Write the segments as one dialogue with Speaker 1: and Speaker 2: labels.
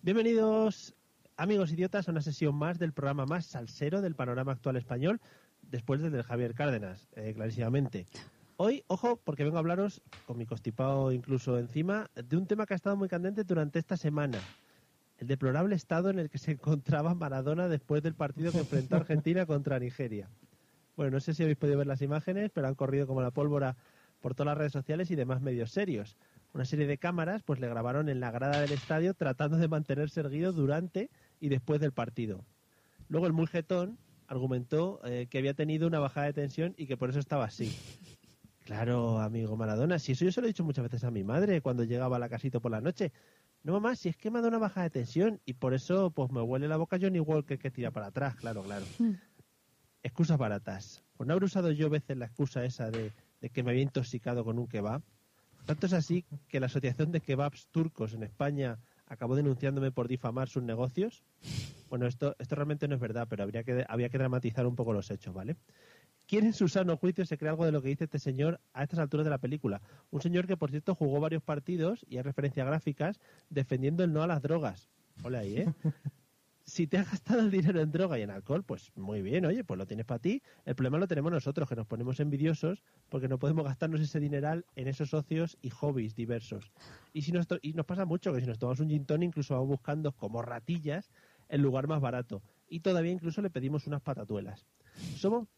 Speaker 1: Bienvenidos, amigos idiotas, a una sesión más del programa más salsero del panorama actual español, después del de Javier Cárdenas, eh, clarísimamente. Hoy, ojo, porque vengo a hablaros, con mi constipado incluso encima, de un tema que ha estado muy candente durante esta semana. El deplorable estado en el que se encontraba Maradona después del partido que enfrentó Argentina contra Nigeria. Bueno, no sé si habéis podido ver las imágenes, pero han corrido como la pólvora por todas las redes sociales y demás medios serios. Una serie de cámaras pues le grabaron en la grada del estadio tratando de mantenerse erguido durante y después del partido. Luego el muljetón argumentó eh, que había tenido una bajada de tensión y que por eso estaba así. Claro, amigo Maradona, si eso yo se lo he dicho muchas veces a mi madre cuando llegaba a la casita por la noche. No, mamá, si es que me ha dado una bajada de tensión y por eso pues me huele la boca Johnny Walker que tira para atrás, claro, claro excusas baratas. Por no haber usado yo veces la excusa esa de, de que me había intoxicado con un kebab. Tanto es así que la Asociación de Kebabs Turcos en España acabó denunciándome por difamar sus negocios. Bueno, esto, esto realmente no es verdad, pero habría que, había que dramatizar un poco los hechos, ¿vale? ¿Quién en su sano juicio se cree algo de lo que dice este señor a estas alturas de la película? Un señor que, por cierto, jugó varios partidos y hay referencias gráficas defendiendo el no a las drogas. Hola ahí, ¿eh? si te has gastado el dinero en droga y en alcohol, pues muy bien, oye, pues lo tienes para ti. El problema lo tenemos nosotros, que nos ponemos envidiosos porque no podemos gastarnos ese dineral en esos socios y hobbies diversos. Y, si nos, to- y nos pasa mucho que si nos tomamos un gin tonic, incluso vamos buscando como ratillas el lugar más barato. Y todavía incluso le pedimos unas patatuelas. Somos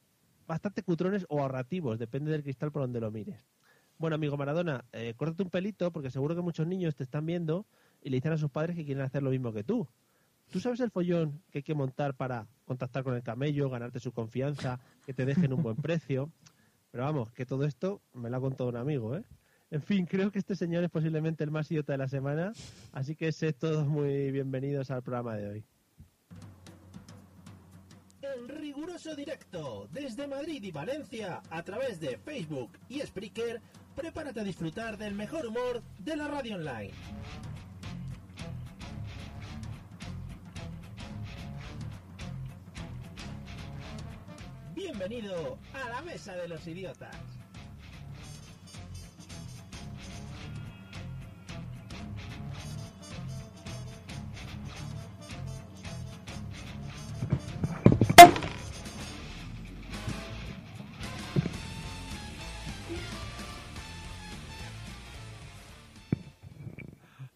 Speaker 1: bastante cutrones o ahorrativos, depende del cristal por donde lo mires. Bueno, amigo Maradona, eh, córtate un pelito porque seguro que muchos niños te están viendo y le dicen a sus padres que quieren hacer lo mismo que tú. ¿Tú sabes el follón que hay que montar para contactar con el camello, ganarte su confianza, que te dejen un buen precio? Pero vamos, que todo esto me lo ha contado un amigo, ¿eh? En fin, creo que este señor es posiblemente el más idiota de la semana, así que sed todos muy bienvenidos al programa de hoy.
Speaker 2: En riguroso directo desde Madrid y Valencia a través de Facebook y Spreaker, prepárate a disfrutar del mejor humor de la radio online. Bienvenido a la mesa de los idiotas.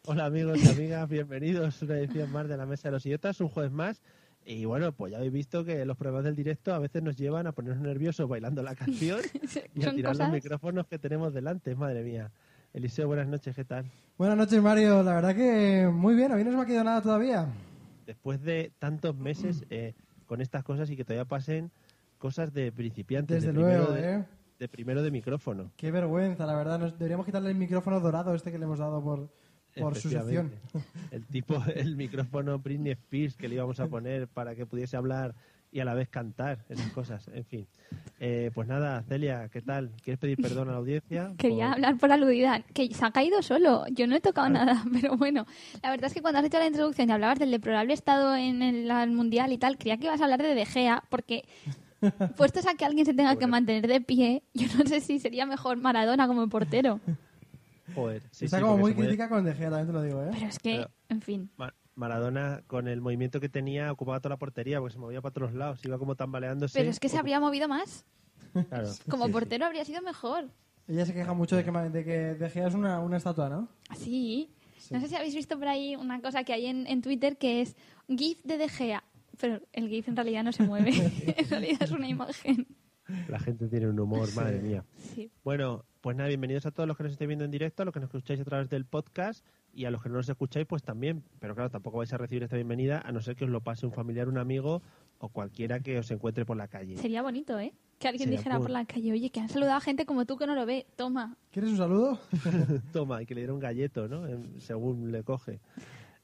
Speaker 1: Hola amigos y amigas, bienvenidos a una edición más de la Mesa de los Idiotas, un jueves más. Y bueno, pues ya habéis visto que los problemas del directo a veces nos llevan a ponernos nerviosos bailando la canción y a
Speaker 3: Son
Speaker 1: tirar
Speaker 3: cosas-
Speaker 1: los micrófonos que tenemos delante, madre mía. Eliseo, buenas noches, ¿qué tal?
Speaker 4: Buenas noches, Mario. La verdad que muy bien. A mí no se me ha quedado nada todavía.
Speaker 1: Después de tantos meses eh, con estas cosas y que todavía pasen cosas de principiantes,
Speaker 4: Desde
Speaker 1: de, primero
Speaker 4: luego,
Speaker 1: de,
Speaker 4: ¿eh?
Speaker 1: de primero de micrófono.
Speaker 4: Qué vergüenza, la verdad. Nos, deberíamos quitarle el micrófono dorado este que le hemos dado por, por su sección.
Speaker 1: Efectivamente. El tipo, el micrófono Britney Spears que le íbamos a poner para que pudiese hablar y a la vez cantar, esas cosas, en fin. Eh, pues nada, Celia, ¿qué tal? ¿Quieres pedir perdón a la audiencia?
Speaker 3: Quería
Speaker 1: Por-
Speaker 3: hablar por aludida, que se ha caído solo. Yo no he tocado nada, pero bueno. La verdad es que cuando has hecho la introducción y hablabas del deplorable estado en el al mundial y tal, creía que ibas a hablar de De Gea, porque puestos a que alguien se tenga que mantener de pie, yo no sé si sería mejor Maradona como portero.
Speaker 1: Joder, sí,
Speaker 4: Está
Speaker 1: sí,
Speaker 4: como
Speaker 1: porque
Speaker 4: muy
Speaker 1: se puede-
Speaker 4: crítica con De Gea, también te lo digo, ¿eh?
Speaker 3: Pero es que,
Speaker 1: Pero-
Speaker 3: en fin.
Speaker 1: Ma- Maradona, con el movimiento que tenía, ocupaba toda la portería porque se movía para todos lados, iba como tambaleándose.
Speaker 3: Pero es que se habría movido más.
Speaker 1: Claro,
Speaker 3: Como
Speaker 1: sí, sí.
Speaker 3: portero habría sido mejor.
Speaker 4: Ella se queja mucho de que, ma- de que De Gea es una, una estatua, ¿no?
Speaker 3: Sí. No sé si habéis visto por ahí una cosa que hay en, en Twitter que es GIF de De Gea. Pero el GIF en realidad no se mueve. en realidad es una imagen.
Speaker 1: La gente tiene un humor, madre mía.
Speaker 3: Sí.
Speaker 1: Bueno, pues nada, bienvenidos a todos los que nos estéis viendo en directo, a los que nos escucháis a través del podcast y a los que no nos escucháis, pues también. Pero claro, tampoco vais a recibir esta bienvenida a no ser que os lo pase un familiar, un amigo o cualquiera que os encuentre por la calle.
Speaker 3: Sería bonito, ¿eh? Que alguien
Speaker 1: Sería
Speaker 3: dijera
Speaker 1: cool.
Speaker 3: por la calle, oye, que han saludado a gente como tú que no lo ve. Toma.
Speaker 4: ¿Quieres un saludo?
Speaker 1: Toma, y que le diera un galleto, ¿no? En- Según le coge.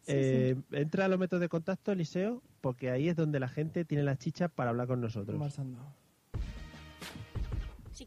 Speaker 1: Eh, Entra a los métodos de contacto, Eliseo, porque ahí es donde la gente tiene las chichas para hablar con nosotros.
Speaker 4: Conversando.
Speaker 5: Si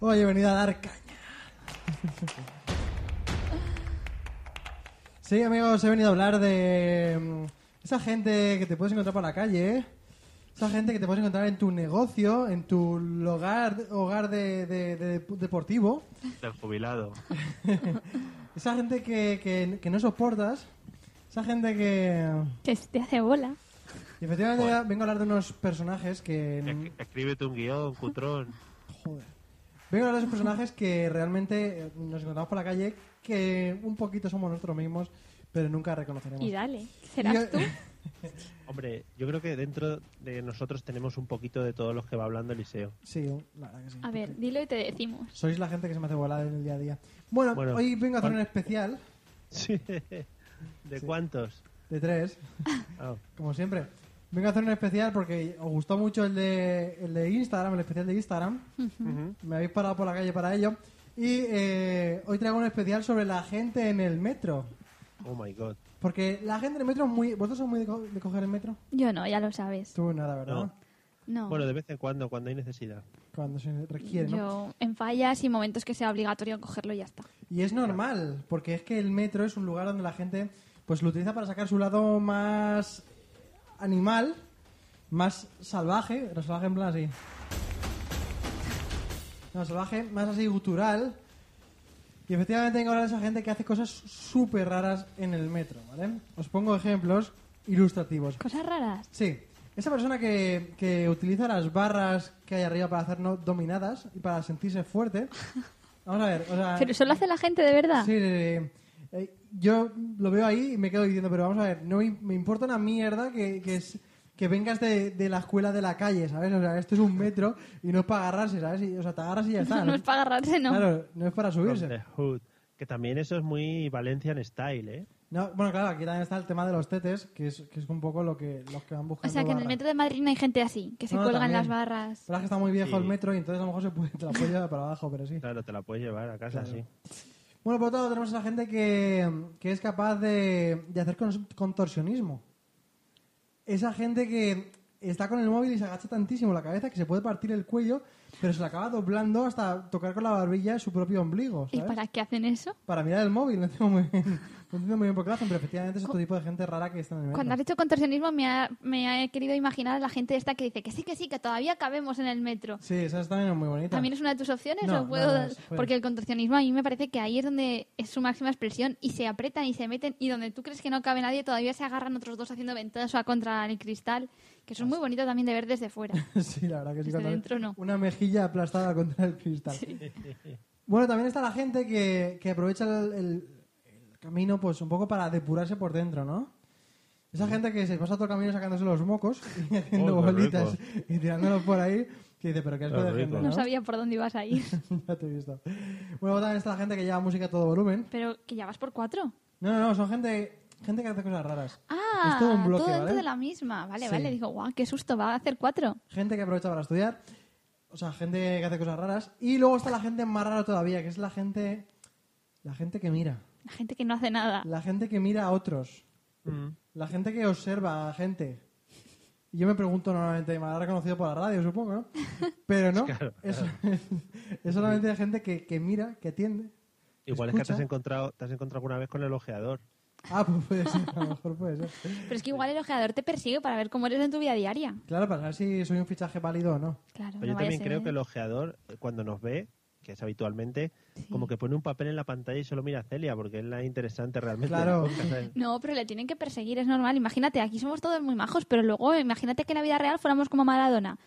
Speaker 4: Hoy he venido a dar caña. Sí, amigos, he venido a hablar de mm, esa gente que te puedes encontrar por la calle, ¿eh? esa gente que te puedes encontrar en tu negocio, en tu hogar, hogar de- de- de- deportivo,
Speaker 1: Del jubilado.
Speaker 4: esa gente que, que- que no soportas, esa gente que...
Speaker 3: Que se te hace bola.
Speaker 4: y efectivamente vengo a hablar de unos personajes que...
Speaker 1: Esc- Escríbete un guión, cutrón.
Speaker 4: Joder. Vengo a hablar de esos personajes que realmente eh, nos encontramos por la calle, que un poquito somos nosotros mismos, pero nunca reconoceremos.
Speaker 3: Y dale, ¿serás
Speaker 4: Y-
Speaker 3: tú?
Speaker 1: Hombre, yo creo que dentro de nosotros tenemos un poquito de todos los que va hablando Eliseo.
Speaker 4: Sí, la verdad que sí.
Speaker 3: A ver, dilo y te decimos.
Speaker 4: Sois la gente que se me hace volar en el día a día. Bueno,
Speaker 1: Bueno,
Speaker 4: hoy vengo a hacer
Speaker 1: ¿cuál?
Speaker 4: un especial
Speaker 1: Sí. ¿De cuántos?
Speaker 4: de tres,
Speaker 1: Ah,
Speaker 4: como siempre. Vengo a hacer un especial porque os gustó mucho el de, el de Instagram, el especial de Instagram.
Speaker 1: ujú.
Speaker 4: Me habéis parado por la calle para ello. Y eh, hoy traigo un especial sobre la gente en el metro.
Speaker 1: Oh my god.
Speaker 4: Porque la gente en el metro es muy... ¿Vosotros sois muy de, co- de coger el metro?
Speaker 3: Yo no, ya lo sabes.
Speaker 4: Tú nada, ¿verdad?
Speaker 1: No.
Speaker 3: No.
Speaker 1: Bueno, de vez en cuando, cuando hay necesidad.
Speaker 4: Cuando se requiere, ¿no?
Speaker 3: Yo en fallas y momentos que sea obligatorio cogerlo y ya está.
Speaker 4: Y es normal, porque es que el metro es un lugar donde la gente pues lo utiliza para sacar su lado más animal, más salvaje, no salvaje en plan así. No, salvaje, más así gutural. Y efectivamente tengo que hablar de esa gente que hace cosas súper raras en el metro, ¿vale? Os pongo ejemplos ilustrativos.
Speaker 3: Cosas raras.
Speaker 4: Sí. Esa persona que, que utiliza las barras que hay arriba para hacernos dominadas y para sentirse fuerte. Vamos a ver, o sea...
Speaker 3: Pero eso lo hace la gente de verdad.
Speaker 4: Ah, Sí, sí, sí. Eh, yo lo veo ahí y me quedo diciendo, pero vamos a ver, no me, me importa una mierda que, que, es- que vengas de, de la escuela de la calle, ¿sabes? O sea, esto es un metro y no es para agarrarse, ¿sabes? Y, o sea, te agarras y ya está.
Speaker 3: No es para agarrarse, no.
Speaker 4: Claro, no Pues es para
Speaker 1: From
Speaker 4: subirse.
Speaker 1: the Hood. Que también eso es muy Valencian style, ¿eh?
Speaker 4: No, bueno, claro, aquí también está el tema de los tetes, que es, que es un poco lo que los que van
Speaker 3: O
Speaker 4: buscando.
Speaker 3: sea, que en el
Speaker 4: barras.
Speaker 3: metro de Madrid no hay gente así, que se
Speaker 4: No, no,
Speaker 3: cuelgan
Speaker 4: también.
Speaker 3: las barras.
Speaker 4: Pero es que está muy viejo
Speaker 1: Sí.
Speaker 4: el metro y entonces a lo mejor se puede, te la puede llevar para abajo, pero sí.
Speaker 1: Claro, te la puedes llevar a casa, sí.
Speaker 4: Bueno, por otro lado, tenemos a esa gente que, que es capaz de, de hacer cons- contorsionismo. Esa gente que está con el móvil y se agacha tantísimo la cabeza que se puede partir el cuello, pero se la acaba doblando hasta tocar con la barbilla su propio ombligo.
Speaker 3: ¿Y
Speaker 4: ¿sabes?
Speaker 3: para qué hacen eso?
Speaker 4: Para mirar el móvil, no entiendo muy bien, no entiendo muy bien por qué lo hacen, pero efectivamente es otro tipo de gente rara que está en el metro.
Speaker 3: Cuando has dicho contorsionismo me, ha- me he querido imaginar a la gente esta que dice que sí, que sí, que todavía cabemos en el metro.
Speaker 4: Sí, esas también son muy bonitas.
Speaker 3: ¿También es una de tus opciones?
Speaker 4: No,
Speaker 3: ¿O
Speaker 4: no,
Speaker 3: puedo
Speaker 4: no,
Speaker 3: dar-
Speaker 4: es fuera.
Speaker 3: Porque el contorsionismo a mí me parece que ahí es donde es su máxima expresión y se apretan y se meten y donde tú crees que no cabe nadie todavía se agarran otros dos haciendo ventanas o a contra el cristal, que eso es muy bonito también de ver desde fuera.
Speaker 4: sí, la verdad que sí.
Speaker 3: Desde
Speaker 4: cuando ves
Speaker 3: dentro no.
Speaker 4: Una mejilla aplastada contra el cristal. Bueno, también está la gente que, que aprovecha el, el- el camino pues un poco para depurarse por dentro, ¿no? Esa gente que se pasa todo el camino sacándose los mocos y haciendo
Speaker 1: Mm. Oh, qué
Speaker 4: bolitas y tirándolos por ahí, que dice, pero qué es
Speaker 1: Qué
Speaker 4: de gente,
Speaker 1: rico.
Speaker 4: ¿no?
Speaker 3: No sabía por dónde ibas a ir,
Speaker 4: ya te he visto. Bueno, también está la gente que lleva música a todo volumen.
Speaker 3: pero que ya vas por cuatro.
Speaker 4: No, no, no, son gente, gente que hace cosas raras.
Speaker 3: Ah,
Speaker 4: es todo un bloque,
Speaker 3: dentro
Speaker 4: ¿vale?
Speaker 3: de la misma. Vale,
Speaker 4: Sí.
Speaker 3: vale. Digo, guau, qué susto, va a hacer cuatro.
Speaker 4: gente que aprovecha para estudiar, o sea, gente que hace cosas raras, y luego está la gente más rara todavía, que es la gente, la gente que mira,
Speaker 3: La gente que no hace nada.
Speaker 4: la gente que mira a otros, la gente que observa a gente. Y yo me pregunto normalmente, me habrá reconocido por la radio, supongo, ¿no? Pero no, es, es solamente gente que, que mira, que atiende.
Speaker 1: Igual es que te
Speaker 4: escucha.
Speaker 1: has encontrado, te has encontrado alguna vez con el ojeador.
Speaker 4: Ah, pues puede ser, a lo mejor puede ser.
Speaker 3: Pero es que igual el ojeador te persigue para ver cómo eres en tu vida diaria.
Speaker 4: Claro, para ver si soy un fichaje válido o no.
Speaker 3: Claro,
Speaker 1: Pero Pues
Speaker 3: no
Speaker 1: yo
Speaker 3: vaya a
Speaker 1: también
Speaker 3: ser.
Speaker 1: creo que el ojeador, eh, cuando nos ve, que es habitualmente, como que pone un papel en la pantalla y solo mira a Celia, porque es la interesante realmente.
Speaker 4: Claro.
Speaker 1: del podcast, ¿sabes?
Speaker 3: No, pero le tienen que perseguir, es normal. Imagínate, aquí somos todos muy majos, pero luego imagínate que en la vida real fuéramos como Maradona.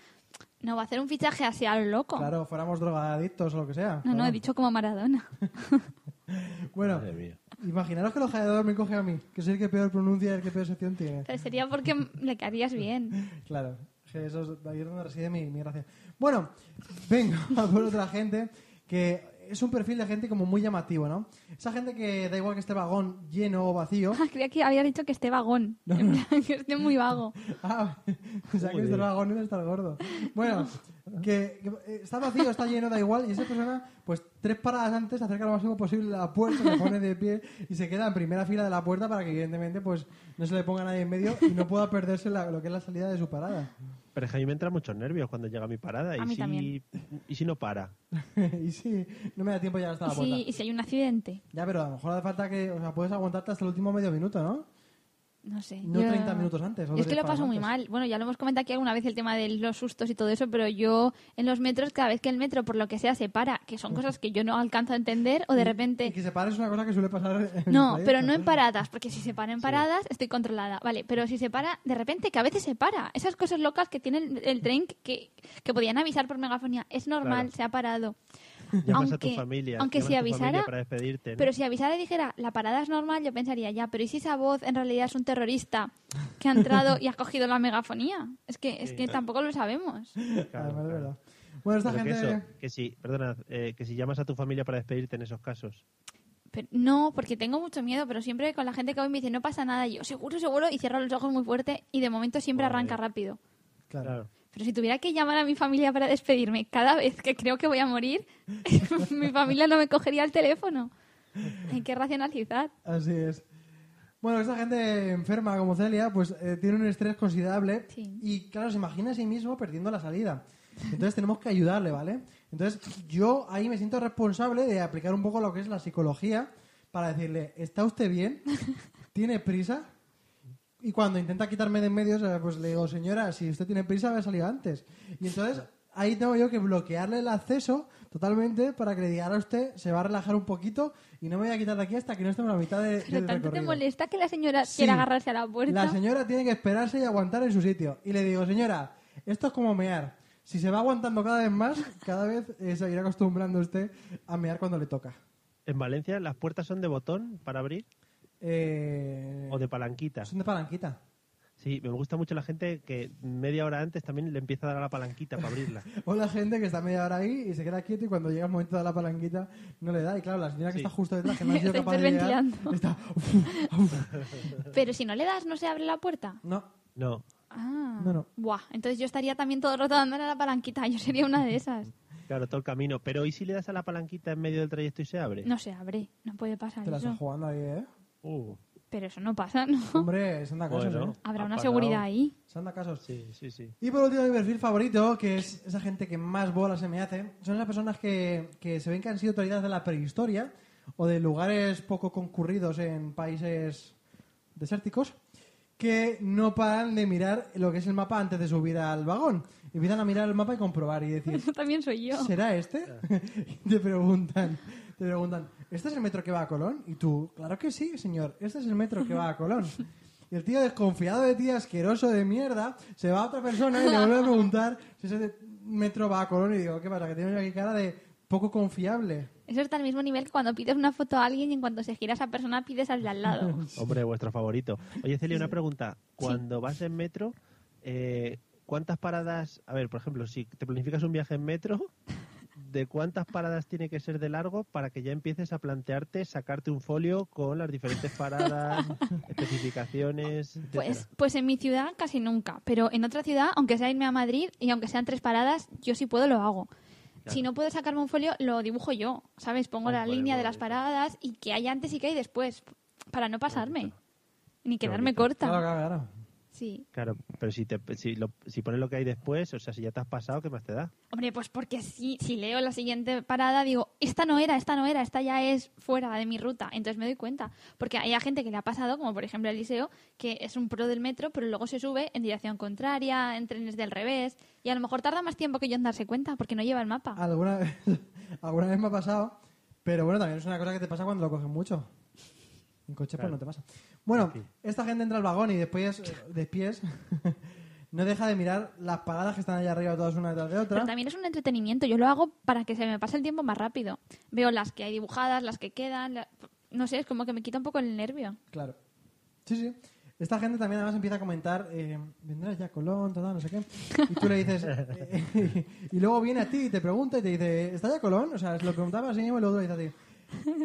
Speaker 3: No, va a hacer un fichaje así a lo loco.
Speaker 4: Claro, fuéramos drogadictos o lo que sea.
Speaker 3: no, no,
Speaker 4: Claro.
Speaker 3: he dicho como Maradona.
Speaker 4: Bueno,
Speaker 1: Madre mía.
Speaker 4: imaginaros que el ojeador me coge a mí, que soy el que peor pronuncia y el que peor sección tiene.
Speaker 3: Pero sería porque le caerías bien.
Speaker 4: Claro, que eso es ahí es donde reside mi, mi gracia. Bueno, vengo a por otra gente que es un perfil de gente como muy llamativo, ¿no? Esa gente que da igual que esté vagón lleno o vacío.
Speaker 3: Ah, creía que habías dicho que esté vagón. En plan, que esté muy vago.
Speaker 4: Ah, o sea que
Speaker 1: Joder.
Speaker 4: este vagón debe estar gordo. Bueno, que, que, eh, está vacío, está lleno, da igual. Y esa persona, pues tres paradas antes, se acerca lo máximo posible a la puerta, se pone de pie y se queda en primera fila de la puerta para que, evidentemente, pues no se le ponga nadie en medio y no pueda perderse la- lo que es la salida de su parada.
Speaker 1: Pero es que a mí me entran muchos nervios cuando llega mi parada.
Speaker 3: A
Speaker 1: y,
Speaker 3: mí
Speaker 1: si,
Speaker 3: también.
Speaker 1: y si no para.
Speaker 4: y sí, no me da tiempo ya hasta
Speaker 3: ¿Y
Speaker 4: la puerta.
Speaker 3: si, y si hay un accidente?
Speaker 4: Ya, pero a lo mejor hace falta que, o sea, puedes aguantarte hasta el último medio minuto, ¿no?
Speaker 3: No sé.
Speaker 4: No 30 minutos antes, o
Speaker 3: Yo es que lo
Speaker 4: 30
Speaker 3: paso muy
Speaker 4: antes.
Speaker 3: mal. Bueno, ya lo hemos comentado aquí alguna vez el tema de los sustos y todo eso, pero yo en los metros, cada vez que el metro, por lo que sea, se para, que son cosas que yo no alcanzo a entender, o de
Speaker 4: Y
Speaker 3: repente...
Speaker 4: que se pare es una cosa que suele pasar. en
Speaker 3: No,
Speaker 4: el
Speaker 3: pero no en
Speaker 4: trayecto.
Speaker 3: paradas, porque si se para en paradas estoy controlada, vale, pero si se para, de repente que a veces se para. Esas cosas locas que tiene el, el tren que, que podían avisar por megafonía, es normal,
Speaker 1: Claro.
Speaker 3: se ha parado.
Speaker 1: Llamas a tu
Speaker 3: Aunque-
Speaker 1: familia.
Speaker 3: aunque
Speaker 1: llamas
Speaker 3: si
Speaker 1: a tu
Speaker 3: avisara-
Speaker 1: familia Para despedirte. ¿no?
Speaker 3: Pero si avisara y dijera, la parada es normal, yo pensaría ya, pero ¿y si esa voz en realidad es un terrorista que ha entrado y ha cogido la megafonía? Es que, es que tampoco lo sabemos.
Speaker 1: Claro,
Speaker 4: Además, de
Speaker 1: claro.
Speaker 4: verdad. Bueno, esta
Speaker 1: Pero que
Speaker 4: gente.
Speaker 1: eso, que si, perdona, eh, que si llamas a tu familia para despedirte en esos casos.
Speaker 3: Pero- no, porque tengo mucho miedo, pero siempre con la gente que voy me dice, no pasa nada, y yo seguro, seguro, y cierro los ojos muy fuerte y de momento siempre
Speaker 1: Madre.
Speaker 3: arranca rápido.
Speaker 4: Claro.
Speaker 1: Claro.
Speaker 3: Pero si tuviera que llamar a mi familia para despedirme cada vez que creo que voy a morir, mi familia no me cogería el teléfono. Hay que racionalizar.
Speaker 4: Así es. Bueno, esta gente enferma como Celia, pues eh, tiene un estrés considerable
Speaker 3: Sí.
Speaker 4: y, claro, se imagina a sí mismo perdiendo la salida. Entonces tenemos que ayudarle, ¿vale? Entonces yo ahí me siento responsable de aplicar un poco lo que es la psicología para decirle, ¿está usted bien? ¿Tiene prisa? Y cuando intenta quitarme de en medio, o sea, pues le digo, señora, si usted tiene prisa, había salido antes. Y entonces ahí tengo yo que bloquearle el acceso totalmente para que le diga, ahora usted se va a relajar un poquito y no me voy a quitar de aquí hasta que no estemos a la mitad de,
Speaker 3: Pero tanto
Speaker 4: del
Speaker 3: te
Speaker 4: recorrido".
Speaker 3: molesta que la señora
Speaker 4: Sí.
Speaker 3: quiera agarrarse a la puerta.
Speaker 4: La señora tiene que esperarse y aguantar en su sitio. Y le digo, señora, esto es como mear. Si se va aguantando cada vez más, cada vez eh, se irá acostumbrando usted a mear cuando le toca.
Speaker 1: En Valencia las puertas son de botón para abrir
Speaker 4: Eh,
Speaker 1: o de palanquita.
Speaker 4: Son de palanquita.
Speaker 1: Sí, me gusta mucho la gente que media hora antes también le empieza a dar a la palanquita para abrirla.
Speaker 4: O la gente que está media hora ahí y se queda quieto y cuando llega el momento de la palanquita no le da. Y claro, la señora que
Speaker 1: Sí.
Speaker 4: está justo detrás, que no ha sido
Speaker 3: Está
Speaker 4: capaz de llegar,
Speaker 3: hiperventilando.
Speaker 4: está... uf, uf.
Speaker 3: Pero si no le das, no se abre la puerta.
Speaker 4: No,
Speaker 1: No,
Speaker 3: Ah.
Speaker 4: No, no.
Speaker 3: Buah, entonces yo estaría también todo el rato dándole a la palanquita. Yo sería una de esas.
Speaker 1: claro, todo el camino. Pero ¿y si le das a la palanquita en medio del trayecto y se abre?
Speaker 3: No se abre, no puede pasar
Speaker 4: te la estás
Speaker 3: eso.
Speaker 4: jugando ahí, ¿eh?
Speaker 1: Uh,
Speaker 3: Pero eso no pasa, ¿no?
Speaker 4: Hombre, se anda casos,
Speaker 1: Bueno.
Speaker 4: ¿eh?
Speaker 3: Habrá
Speaker 1: Ha
Speaker 3: una
Speaker 1: pasado.
Speaker 3: seguridad ahí.
Speaker 4: Se anda casos.
Speaker 1: sí, sí, sí.
Speaker 4: Y por último, mi perfil favorito, que es esa gente que más bolas se me hace, son esas personas que, que se ven que han sido traídas de la prehistoria o de lugares poco concurridos en países desérticos, que no paran de mirar lo que es el mapa antes de subir al vagón. Y empiezan a mirar el mapa y comprobar y decir,
Speaker 3: Eso también soy yo.
Speaker 4: ¿Será este? Y te preguntan, te preguntan, ¿este es el metro que va a Colón? Y tú, claro que sí, señor, este es el metro que va a Colón. Y el tío desconfiado de ti, asqueroso de mierda, se va a otra persona y le vuelve a preguntar si ese metro va a Colón. Y digo, ¿qué pasa? Que tienes aquí cara de poco confiable.
Speaker 3: Eso está al mismo nivel que cuando pides una foto a alguien y en cuanto se gira esa persona pides al de al lado.
Speaker 1: Hombre, vuestro favorito. Oye, Celia, una pregunta. Cuando vas en metro, eh, ¿cuántas paradas? A ver, por ejemplo, si te planificas un viaje en metro, ¿de cuántas paradas tiene que ser de largo para que ya empieces a plantearte sacarte un folio con las diferentes paradas, especificaciones?
Speaker 3: Pues,
Speaker 1: etcétera?
Speaker 3: pues en mi ciudad casi nunca, pero en otra ciudad, aunque sea irme a Madrid y aunque sean tres paradas, yo si puedo lo hago. Si no puedo sacarme un folio, lo dibujo yo, ¿sabes? Pongo
Speaker 1: Ay,
Speaker 3: la
Speaker 1: Ah, vale,
Speaker 3: línea
Speaker 1: vale,
Speaker 3: de las
Speaker 1: vale.
Speaker 3: paradas y que hay antes y que hay después, para no pasarme, ni quedarme
Speaker 1: bonito.
Speaker 3: corta.
Speaker 4: Claro, claro, claro.
Speaker 3: Sí.
Speaker 1: Claro, pero si, te, si, lo- si pones lo que hay después, o sea, si ya te has pasado, ¿qué más te da?
Speaker 3: Hombre, pues porque si, si leo la siguiente parada digo, esta no era, esta no era, esta ya es fuera de mi ruta. Entonces me doy cuenta. Porque hay a gente que le ha pasado, como por ejemplo Eliseo, que es un pro del metro, pero luego se sube en dirección contraria, en trenes del revés. Y a lo mejor tarda más tiempo que yo en darse cuenta porque no lleva el mapa.
Speaker 4: Alguna vez, alguna vez me ha pasado, pero bueno, también es una cosa que te pasa cuando lo coges mucho. En coche, pues no te pasa. Bueno, esta gente entra al vagón y después, eh, de pies, no deja de mirar las paradas que están allá arriba todas una detrás de
Speaker 3: Pero
Speaker 4: otra.
Speaker 3: también es un entretenimiento. Yo lo hago para que se me pase el tiempo más rápido. Veo las que hay dibujadas, las que quedan. la- No sé, es como que me quita un poco el nervio.
Speaker 4: Claro. Sí, sí. Esta gente también además empieza a comentar, eh, vendrás ya Colón, tal, tal, no sé qué. Y tú le dices, eh, y luego viene a ti y te pregunta y te dice, ¿está ya Colón? O sea, se lo preguntaba al señor y luego le dice a ti.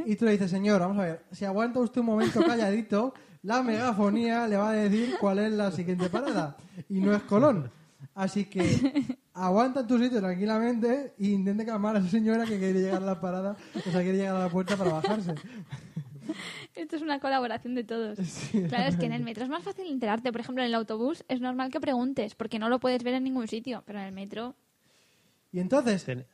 Speaker 4: Y tú le dices, señor, vamos a ver, si aguanta usted un momento calladito, la megafonía le va a decir cuál es la siguiente parada. Y no es Colón. Así que aguanta en tu sitio tranquilamente e intente calmar a esa señora que quiere llegar a la parada, o sea, quiere llegar a la puerta para bajarse.
Speaker 3: Esto es una colaboración de todos. claro, es que en el metro es más fácil enterarte. Por ejemplo, en el autobús es normal que preguntes, porque no lo puedes ver en ningún sitio. Pero en el metro,
Speaker 4: Y entonces,
Speaker 1: Ten-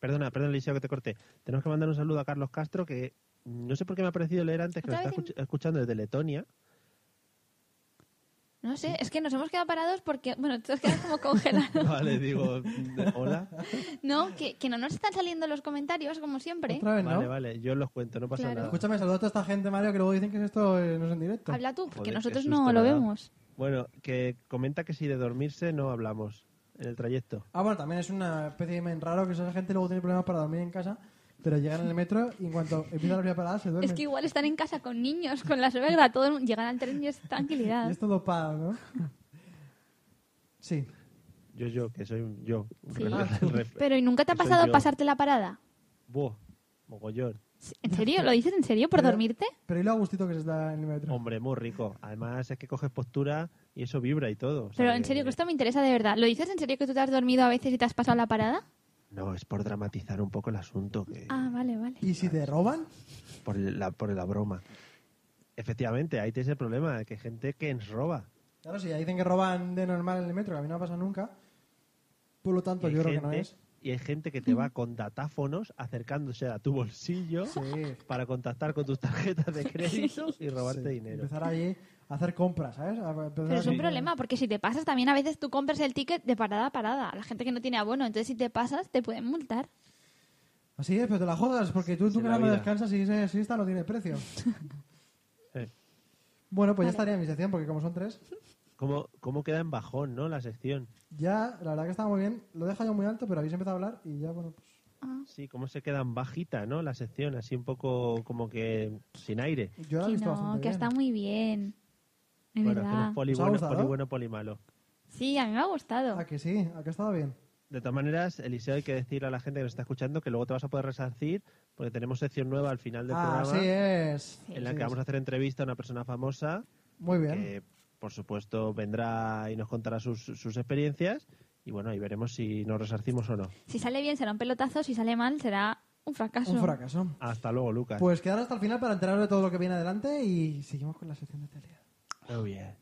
Speaker 1: Perdona, perdón, Eliseo, que te corté. Tenemos que mandar un saludo a Carlos Castro, que no sé por qué me ha parecido leer antes que lo
Speaker 3: Otra
Speaker 1: está
Speaker 3: vez
Speaker 1: escuch- escuchando desde Letonia.
Speaker 3: no sé, es que nos hemos quedado parados porque, bueno, todos quedan como congelados.
Speaker 1: Vale, digo, hola.
Speaker 3: No, que, que no nos están saliendo los comentarios, como siempre.
Speaker 4: otra vez, ¿no?
Speaker 1: Vale, vale, yo los cuento, no pasa
Speaker 3: Claro.
Speaker 1: nada.
Speaker 4: Escúchame, saluda a toda esta gente, Mario, que luego dicen que es esto eh, no es en directo.
Speaker 3: Habla tú, porque
Speaker 1: Joder,
Speaker 3: nosotros
Speaker 1: qué
Speaker 3: no
Speaker 1: susto
Speaker 3: lo
Speaker 1: me ha dado.
Speaker 3: vemos.
Speaker 1: Bueno, que comenta que si de dormirse no hablamos en el trayecto.
Speaker 4: Ah, bueno, también es una especie de men raro que esa gente luego tiene problemas para dormir en casa, pero llegan en el metro y en cuanto empieza la primera parada se duermen.
Speaker 3: Es que igual están en casa con niños, con la suegra, todo el mundo- llegan al tren y es
Speaker 4: Y
Speaker 3: tranquilidad.
Speaker 4: es todo pado, ¿no? sí.
Speaker 1: Yo, yo, que soy un yo. un
Speaker 3: Sí. Ah,
Speaker 1: ref- ref-
Speaker 3: Pero ¿y nunca te ha
Speaker 1: Soy
Speaker 3: pasado
Speaker 1: yo.
Speaker 3: pasarte la parada?
Speaker 1: Buah, mogollón.
Speaker 3: ¿En serio? ¿Lo dices en serio por
Speaker 4: Pero-
Speaker 3: dormirte?
Speaker 4: Pero y lo a gustito que se está en el metro.
Speaker 1: Hombre, muy rico. Además es que coges postura y eso vibra y todo. o sea
Speaker 3: Pero
Speaker 4: Pues,
Speaker 3: en
Speaker 4: eh,
Speaker 3: serio, que esto me interesa de verdad. ¿Lo dices en serio que tú te has dormido a veces y te has pasado la parada?
Speaker 1: No, es por dramatizar un poco el asunto, que-
Speaker 3: Ah, vale, vale.
Speaker 4: ¿Y si te roban?
Speaker 1: por, la, por la broma. Efectivamente, ahí tienes el problema, de que hay gente que ens roba.
Speaker 4: Claro, si ya dicen que roban de normal en el metro, que a mí no me pasa nunca. Por lo tanto,
Speaker 1: Y hay
Speaker 4: yo creo que no
Speaker 1: gente-
Speaker 4: es.
Speaker 1: Y hay gente que te va con datáfonos acercándose a tu bolsillo
Speaker 4: Sí.
Speaker 1: para contactar con tus tarjetas de crédito y robarte dinero.
Speaker 4: Empezar allí a hacer compras, ¿sabes? A- a empezar
Speaker 3: Pero es
Speaker 4: a-
Speaker 3: un problema, porque si te pasas también a veces tú compras el ticket de parada a parada. La gente que no tiene abono, entonces si te pasas te pueden multar.
Speaker 4: Así es, pero te la jodas porque tú en tu
Speaker 1: Sí, la
Speaker 4: casa no
Speaker 1: vida.
Speaker 4: descansas y esa siesta no tiene precio.
Speaker 1: Eh,
Speaker 4: Bueno, pues ya estaría mi sección porque como son tres,
Speaker 1: ¿Cómo, cómo queda en bajón, no? La sección.
Speaker 4: ya la verdad que estaba muy bien. Lo he dejado yo muy alto, pero habéis empezado a hablar y ya, bueno, pues...
Speaker 1: Sí, cómo se queda en bajita, ¿no? La sección, así un poco como que sin aire.
Speaker 4: Yo la he
Speaker 3: Que
Speaker 4: visto
Speaker 3: no,
Speaker 4: bastante
Speaker 3: que
Speaker 4: bien.
Speaker 3: está muy bien. De
Speaker 1: Bueno,
Speaker 3: verdad.
Speaker 1: hacemos poli
Speaker 4: ¿Os ha
Speaker 1: bueno,
Speaker 4: gustado?
Speaker 1: poli bueno, poli malo.
Speaker 3: Sí, a mí me ha gustado.
Speaker 4: Ah, que sí, a que ha estado bien.
Speaker 1: De todas maneras, Eliseo, hay que decirle a la gente que nos está escuchando que luego te vas a poder resarcir porque tenemos sección nueva al final del
Speaker 4: Ah,
Speaker 1: programa
Speaker 4: así es.
Speaker 1: en la
Speaker 4: Así
Speaker 1: que vamos
Speaker 4: es.
Speaker 1: a hacer entrevista a una persona famosa
Speaker 4: Muy bien.
Speaker 1: que, por supuesto, vendrá y nos contará sus, sus experiencias y, bueno, ahí veremos si nos resarcimos o no.
Speaker 3: Si sale bien será un pelotazo, si sale mal será un fracaso.
Speaker 4: Un fracaso.
Speaker 1: Hasta luego, Lucas.
Speaker 4: Pues quedar hasta el final para enteraros de todo lo que viene adelante y seguimos con la sección de actualidad.
Speaker 1: Muy bien.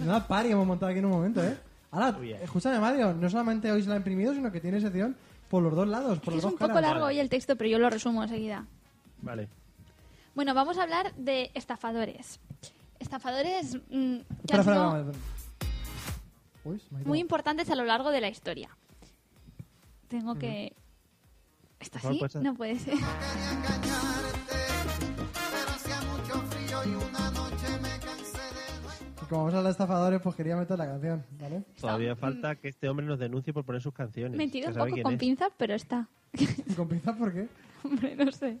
Speaker 4: Menuda pari hemos montado aquí en un momento, ¿eh? Ahora,
Speaker 1: Muy bien.
Speaker 4: escúchame, Mario, no solamente hoy se la ha imprimido, sino que tiene sección por los dos lados, por
Speaker 3: Es
Speaker 4: los dos
Speaker 3: un poco
Speaker 4: caras.
Speaker 3: largo hoy el texto, pero yo lo resumo enseguida.
Speaker 1: Vale.
Speaker 3: Bueno, vamos a hablar de estafadores. Estafadores mm, que
Speaker 4: Espera,
Speaker 3: han
Speaker 4: espera,
Speaker 3: sido
Speaker 4: espera, espera. Uy, se me ha ido.
Speaker 3: muy importantes a lo largo de la historia. Tengo que... ¿Está
Speaker 1: Por favor,
Speaker 3: así?
Speaker 1: cuesta.
Speaker 3: No puede ser.
Speaker 4: Y Como vamos a hablar de estafadores, pues quería meter la canción, ¿vale?
Speaker 1: Todavía falta que este hombre nos denuncie por poner sus canciones.
Speaker 3: Metido
Speaker 1: Ya
Speaker 3: un
Speaker 1: sabe
Speaker 3: poco
Speaker 1: quién
Speaker 3: con
Speaker 1: es.
Speaker 3: pinzas, pero está.
Speaker 4: ¿Con pinzas por qué?
Speaker 3: Hombre, no sé.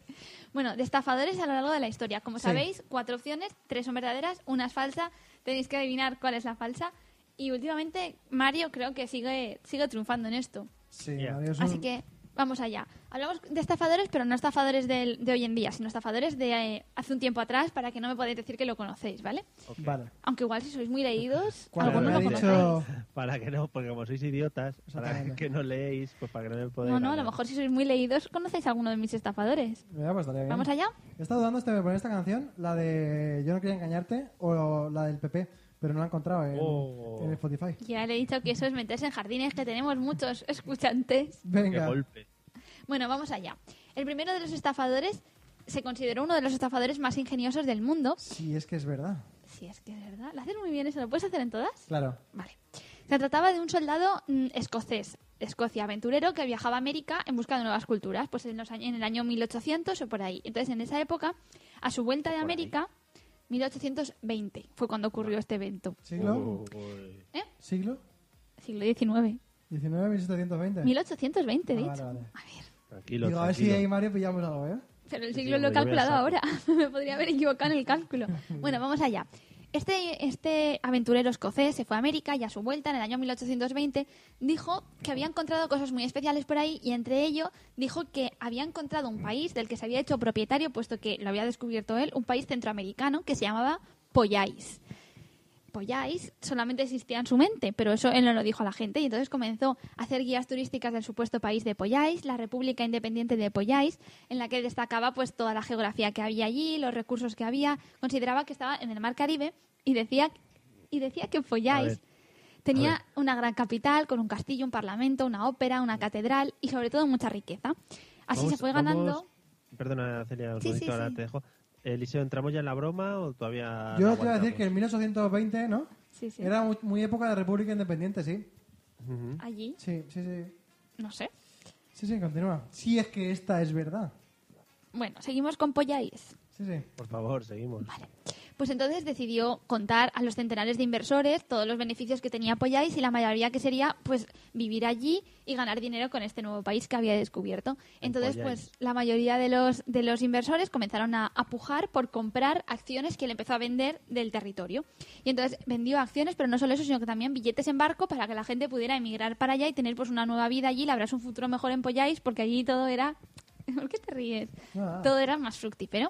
Speaker 3: Bueno, de estafadores a lo largo de la historia. Como
Speaker 4: Sí.
Speaker 3: sabéis, cuatro opciones, tres son verdaderas, una es falsa. Tenéis que adivinar cuál es la falsa. Y últimamente Mario creo que sigue, sigue triunfando en esto.
Speaker 4: Sí,
Speaker 1: Ya.
Speaker 4: Mario es un-
Speaker 3: Así que vamos allá. Hablamos de estafadores, pero no estafadores del- de, hoy en día, sino estafadores de eh, hace un tiempo atrás para que no me podáis decir que lo conocéis, ¿vale?
Speaker 4: Vale.
Speaker 3: Aunque igual si sois muy leídos,
Speaker 4: Cuando
Speaker 3: alguno
Speaker 4: me ha
Speaker 3: lo conocéis.
Speaker 4: dicho...
Speaker 1: Para que no, porque como sois idiotas, para
Speaker 4: Exactamente.
Speaker 1: que no leéis, pues para que no me podáis
Speaker 3: No, no, a lo
Speaker 1: ganar.
Speaker 3: mejor si sois muy leídos conocéis a alguno de mis estafadores.
Speaker 4: Mira, pues estaría bien.
Speaker 3: ¿Vamos allá?
Speaker 4: He estado dudando este, poner esta canción, la de Yo no quería engañarte o la del PP, pero no la he encontrado en,
Speaker 1: Oh.
Speaker 4: en Spotify.
Speaker 3: Ya le he dicho que eso es meterse en jardines, que tenemos muchos escuchantes.
Speaker 1: Qué
Speaker 4: Venga,
Speaker 1: golpe.
Speaker 3: Bueno, vamos allá. El primero de los estafadores se consideró uno de los estafadores más ingeniosos del mundo.
Speaker 4: si es que es verdad.
Speaker 3: Si es que es verdad. ¿Lo hacen muy bien eso? ¿Lo puedes hacer en todas?
Speaker 4: Claro.
Speaker 3: Vale. Se Se trataba de un soldado mm, escocés, de Escocia, aventurero, que viajaba a América en busca de nuevas culturas, pues en, los años, en el año 1800 o por ahí. Entonces, en esa época, a su vuelta de
Speaker 1: Por ahí.
Speaker 3: América, 1820 fue cuando ocurrió este evento.
Speaker 4: ¿Siglo?
Speaker 1: Oh. Uy.
Speaker 4: ¿Siglo?
Speaker 3: Siglo XIX.
Speaker 4: 19, 1720.
Speaker 3: 1820, he
Speaker 4: Ah,
Speaker 3: dicho.
Speaker 4: vale, vale.
Speaker 3: A ver.
Speaker 1: Tranquilo,
Speaker 4: Digo, a ver si
Speaker 1: tranquilo.
Speaker 4: ahí Mario pillamos algo,
Speaker 1: Ah,
Speaker 4: ¿eh?
Speaker 3: Pero el
Speaker 1: Sí,
Speaker 3: siglo
Speaker 1: sí,
Speaker 3: lo he
Speaker 1: hombre, yo voy a
Speaker 3: calculado ahora. Me podría haber equivocado en el cálculo. Bueno, vamos allá. Este, este aventurero escocés se fue a América y a su vuelta, en el año 1820, dijo que había encontrado cosas muy especiales por ahí y entre ello dijo que había encontrado un país del que se había hecho propietario, puesto que lo había descubierto él, un país centroamericano que se llamaba Poyais. Poyais solamente existía en su mente, pero eso él no lo dijo a la gente y entonces comenzó a hacer guías turísticas del supuesto país de Poyais, la República Independiente de Poyais, en la que destacaba pues toda la geografía que había allí, los recursos que había, consideraba que estaba en el Mar Caribe y decía y decía que
Speaker 1: A
Speaker 3: Poyais
Speaker 1: ver, a ver.
Speaker 3: tenía una gran capital con un castillo, un parlamento, una ópera, una catedral y sobre todo mucha riqueza. Así
Speaker 1: Vamos-
Speaker 3: se fue
Speaker 1: vamos-
Speaker 3: ganando.
Speaker 1: Perdona, Celia, un
Speaker 3: Sí, sí,
Speaker 1: momentito, ahora
Speaker 3: sí.
Speaker 1: te dejo. Eliseo, ¿entramos ya en la broma o todavía.?
Speaker 4: Yo
Speaker 1: no
Speaker 4: te iba a decir
Speaker 1: aguantamos?
Speaker 4: que en 1820, ¿no?
Speaker 3: Sí, sí.
Speaker 4: Era muy, muy época de República Independiente, sí.
Speaker 1: Ujú.
Speaker 3: Allí,
Speaker 4: Sí, sí, sí.
Speaker 3: no sé.
Speaker 4: Sí, sí, continúa. Sí, es que esta es verdad.
Speaker 3: Bueno, seguimos con Poyais.
Speaker 4: Sí, sí.
Speaker 1: Por favor, seguimos.
Speaker 3: Pues entonces decidió contar a los centenares de inversores todos los beneficios que tenía Poyais y la mayoría que sería pues vivir allí y ganar dinero con este nuevo país que había descubierto.
Speaker 1: En
Speaker 3: Entonces
Speaker 1: Poyais.
Speaker 3: pues la mayoría de los de los inversores comenzaron a, a pujar por comprar acciones que él empezó a vender del territorio. Y entonces vendió acciones, pero no solo eso, sino que también billetes en barco para que la gente pudiera emigrar para allá y tener pues una nueva vida allí, labrarse un futuro mejor en Poyais porque allí todo era ¿Por qué te ríes?
Speaker 4: Ah.
Speaker 3: Todo era más fructífero.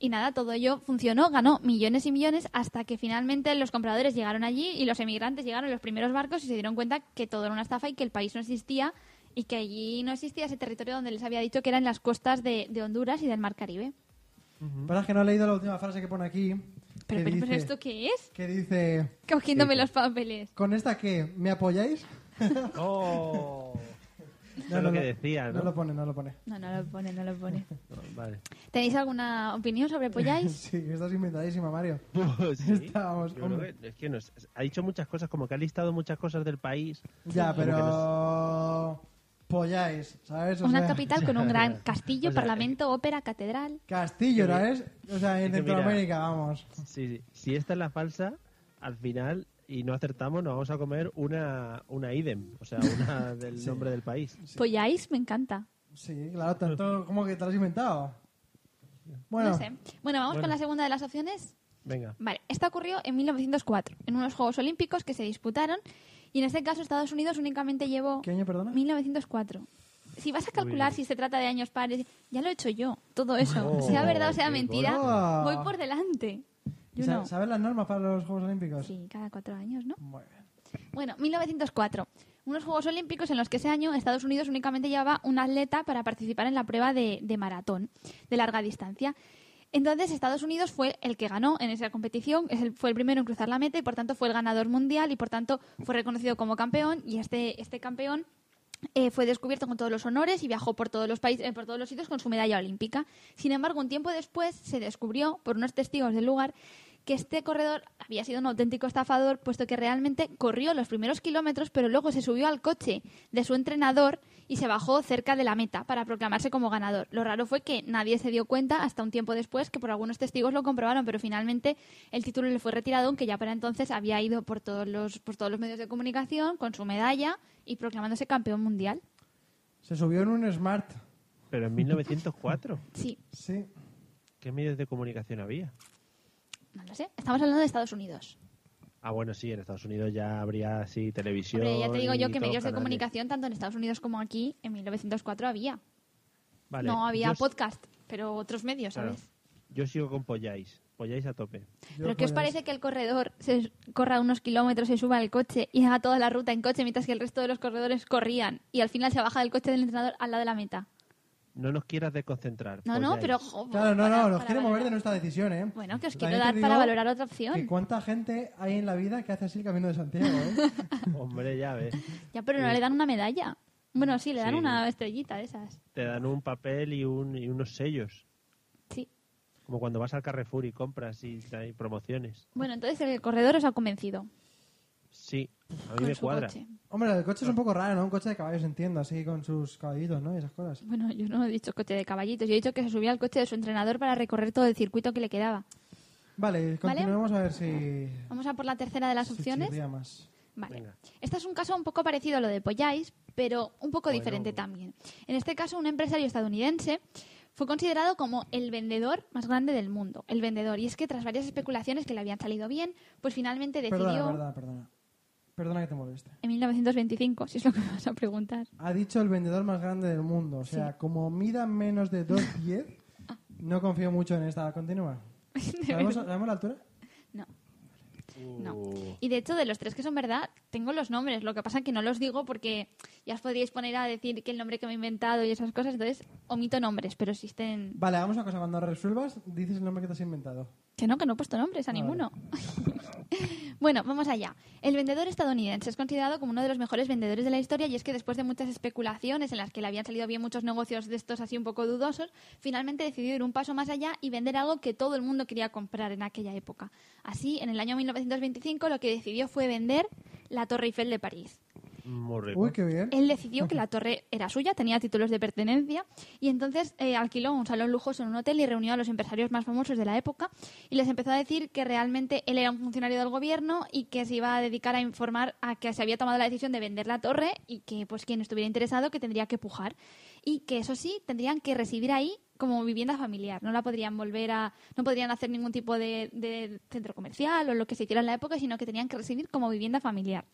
Speaker 3: Y nada, todo ello funcionó, ganó millones y millones hasta que finalmente los compradores llegaron allí y los emigrantes llegaron en los primeros barcos y se dieron cuenta que todo era una estafa y que el país no existía y que allí no existía ese territorio donde les había dicho que eran las costas de, de Honduras y del Mar Caribe.
Speaker 4: Pero es que no he leído la última frase que pone aquí.
Speaker 3: Pero, pero,
Speaker 4: que dice,
Speaker 3: pero ¿esto qué es?
Speaker 4: Que dice,
Speaker 3: Cogiéndome los papeles.
Speaker 4: ¿con esta qué? ¿Me apoyáis?
Speaker 1: ¡Oh! Eso es lo que decía, ¿no?
Speaker 4: No lo pone, no lo pone.
Speaker 3: No, no lo pone, no lo pone.
Speaker 1: Vale.
Speaker 3: ¿Tenéis alguna opinión sobre Poyais?
Speaker 4: Sí, estás inventadísima, Mario.
Speaker 1: Pues sí,
Speaker 4: Estábamos,
Speaker 1: yo creo
Speaker 4: hombre.
Speaker 1: que- es que nos, ha dicho muchas cosas, como que ha listado muchas cosas del país.
Speaker 4: Ya,
Speaker 1: Como que nos-
Speaker 4: pero... Polláis, ¿sabes? O
Speaker 3: Una
Speaker 4: sea,
Speaker 3: capital con un gran castillo,
Speaker 1: O sea,
Speaker 3: parlamento, ópera, catedral.
Speaker 4: Castillo,
Speaker 1: Que
Speaker 4: ¿sabes? O sea, en
Speaker 1: que mira.
Speaker 4: Centroamérica, vamos.
Speaker 1: Sí, sí. Si esta es la falsa, al final, y no acertamos, nos vamos a comer una, una idem, o sea, una del nombre del país.
Speaker 3: Poyais me encanta.
Speaker 4: Sí, claro, tanto como que te lo has inventado. Bueno,
Speaker 3: No sé. Bueno, vamos con la segunda de las opciones.
Speaker 1: Venga.
Speaker 3: Vale, esta ocurrió en 1904, en unos Juegos Olímpicos que se disputaron. Y en este caso, Estados Unidos únicamente llevó.
Speaker 4: ¿qué año, perdona?
Speaker 3: 1904. Si vas a calcular si se trata de años pares, ya lo he hecho yo, todo eso.
Speaker 1: Oh,
Speaker 3: sea verdad o sea
Speaker 1: qué
Speaker 3: mentira,
Speaker 4: gordo.
Speaker 3: voy por delante.
Speaker 4: ¿Y
Speaker 3: Yo
Speaker 4: sa-
Speaker 3: no.
Speaker 4: ¿Sabes las normas para los Juegos Olímpicos?
Speaker 3: Sí, cada cuatro años, ¿no?
Speaker 4: Muy bien.
Speaker 3: Bueno, 1904. Unos Juegos Olímpicos en los que ese año Estados Unidos únicamente llevaba un atleta para participar en la prueba de, de maratón de larga distancia. Entonces Estados Unidos fue el que ganó en esa competición, es el- fue el primero en cruzar la meta y por tanto fue el ganador mundial y por tanto fue reconocido como campeón y este, este campeón eh, fue descubierto con todos los honores y viajó por todos los países, eh, por todos los sitios con su medalla olímpica. Sin embargo, un tiempo después se descubrió por unos testigos del lugar que este corredor había sido un auténtico estafador, puesto que realmente corrió los primeros kilómetros, pero luego se subió al coche de su entrenador y se bajó cerca de la meta para proclamarse como ganador. Lo raro fue que nadie se dio cuenta hasta un tiempo después, que por algunos testigos lo comprobaron, pero finalmente el título le fue retirado, aunque ya para entonces había ido por todos los, por todos los medios de comunicación con su medalla y proclamándose campeón mundial.
Speaker 4: Se subió en un Smart.
Speaker 1: Pero en 1904,
Speaker 3: Sí,
Speaker 4: Sí.
Speaker 1: ¿qué medios de comunicación había?
Speaker 3: no lo sé. Estamos hablando de Estados Unidos.
Speaker 1: Ah, bueno, sí, en Estados Unidos ya habría así televisión.
Speaker 3: Hombre, ya te digo yo
Speaker 1: y
Speaker 3: que
Speaker 1: todos
Speaker 3: medios de
Speaker 1: canales.
Speaker 3: comunicación, tanto en Estados Unidos como aquí, en 1904 había.
Speaker 1: Vale,
Speaker 3: no había
Speaker 1: yo s-
Speaker 3: podcast, pero otros medios,
Speaker 1: claro,
Speaker 3: ¿sabes?
Speaker 1: yo sigo con Polláis. Polláis a tope.
Speaker 3: ¿Pero qué os parece que el corredor se corra unos kilómetros, se suba al coche y haga toda la ruta en coche mientras que el resto de los corredores corrían y al final se baja del coche del entrenador al lado de la meta?
Speaker 1: No nos quieras desconcentrar.
Speaker 3: No, no,
Speaker 1: Poyais.
Speaker 3: pero... jo,
Speaker 4: Pues Claro, no,
Speaker 3: para-
Speaker 4: no, nos
Speaker 3: para
Speaker 4: quiere mover de
Speaker 3: valorar.
Speaker 4: nuestra decisión, ¿eh?
Speaker 3: Bueno, que os
Speaker 4: También
Speaker 3: quiero
Speaker 4: te
Speaker 3: dar
Speaker 4: digo
Speaker 3: para valorar otra
Speaker 4: Que
Speaker 3: opción.
Speaker 4: cuánta gente hay en la vida que hace así el camino de Santiago, ¿eh?
Speaker 1: Hombre, ya ves.
Speaker 3: Ya, pero no le dan una medalla. Bueno, sí, le dan
Speaker 1: Sí.
Speaker 3: una estrellita de esas.
Speaker 1: Te dan un papel y, un, y unos sellos.
Speaker 3: Sí.
Speaker 1: Como cuando vas al Carrefour y compras y hay promociones.
Speaker 3: Bueno, entonces el corredor os ha convencido.
Speaker 1: Sí, a mí
Speaker 3: con
Speaker 1: me
Speaker 3: su
Speaker 1: cuadra.
Speaker 3: coche.
Speaker 4: Hombre, el coche es un poco raro, ¿no? Un coche de caballos, entiendo, así con sus caballitos, ¿no? Y esas cosas.
Speaker 3: Bueno, yo no he dicho coche de caballitos, yo he dicho que se subía al coche de su entrenador para recorrer todo el circuito que le quedaba.
Speaker 4: Vale, continuemos a ver si...
Speaker 3: Vamos a por la tercera de las
Speaker 4: si
Speaker 3: opciones.
Speaker 4: chirría más.
Speaker 3: Vale.
Speaker 1: Venga.
Speaker 3: Este es un caso un poco parecido a lo de Polláis, pero un poco
Speaker 1: Bueno.
Speaker 3: diferente también. En este caso, un empresario estadounidense fue considerado como el vendedor más grande del mundo. El vendedor. Y es que tras varias especulaciones que le habían salido bien, pues finalmente decidió
Speaker 4: Perdona, perdona, perdona. Perdona que te moleste.
Speaker 3: en 1925, si es lo que me vas a preguntar.
Speaker 4: Ha dicho el vendedor más grande del mundo. O sea, como mida menos de 2,10, no confío mucho en esta. Continúa. ¿Sabemos, sabemos la altura?
Speaker 3: No.
Speaker 1: Uh.
Speaker 3: No. Y de hecho, de los tres que son verdad, tengo los nombres. Lo que pasa que no los digo porque ya os podríais poner a decir que el nombre que me he inventado y esas cosas. Entonces, omito nombres, pero existen.
Speaker 4: Vale, hagamos una cosa. Cuando resuelvas, dices el nombre que te has inventado.
Speaker 3: Que no, que no he puesto nombres a
Speaker 4: Vale.
Speaker 3: ninguno. bueno, vamos allá. El vendedor estadounidense es considerado como uno de los mejores vendedores de la historia y es que después de muchas especulaciones en las que le habían salido bien muchos negocios de estos así un poco dudosos, finalmente decidió ir un paso más allá y vender algo que todo el mundo quería comprar en aquella época. Así, en el año 1925 lo que decidió fue vender la Torre Eiffel de París.
Speaker 1: Muy rico.
Speaker 4: Uy, qué bien.
Speaker 3: Él decidió que la torre era suya, tenía títulos de pertenencia y entonces eh, alquiló un salón lujoso en un hotel y reunió a los empresarios más famosos de la época y les empezó a decir que realmente él era un funcionario del gobierno y que se iba a dedicar a informar a que se había tomado la decisión de vender la torre y que pues quien estuviera interesado que tendría que pujar y que eso sí tendrían que residir ahí como vivienda familiar, no la podrían volver a, no podrían hacer ningún tipo de, de centro comercial o lo que se hiciera en la época, sino que tenían que residir como vivienda familiar.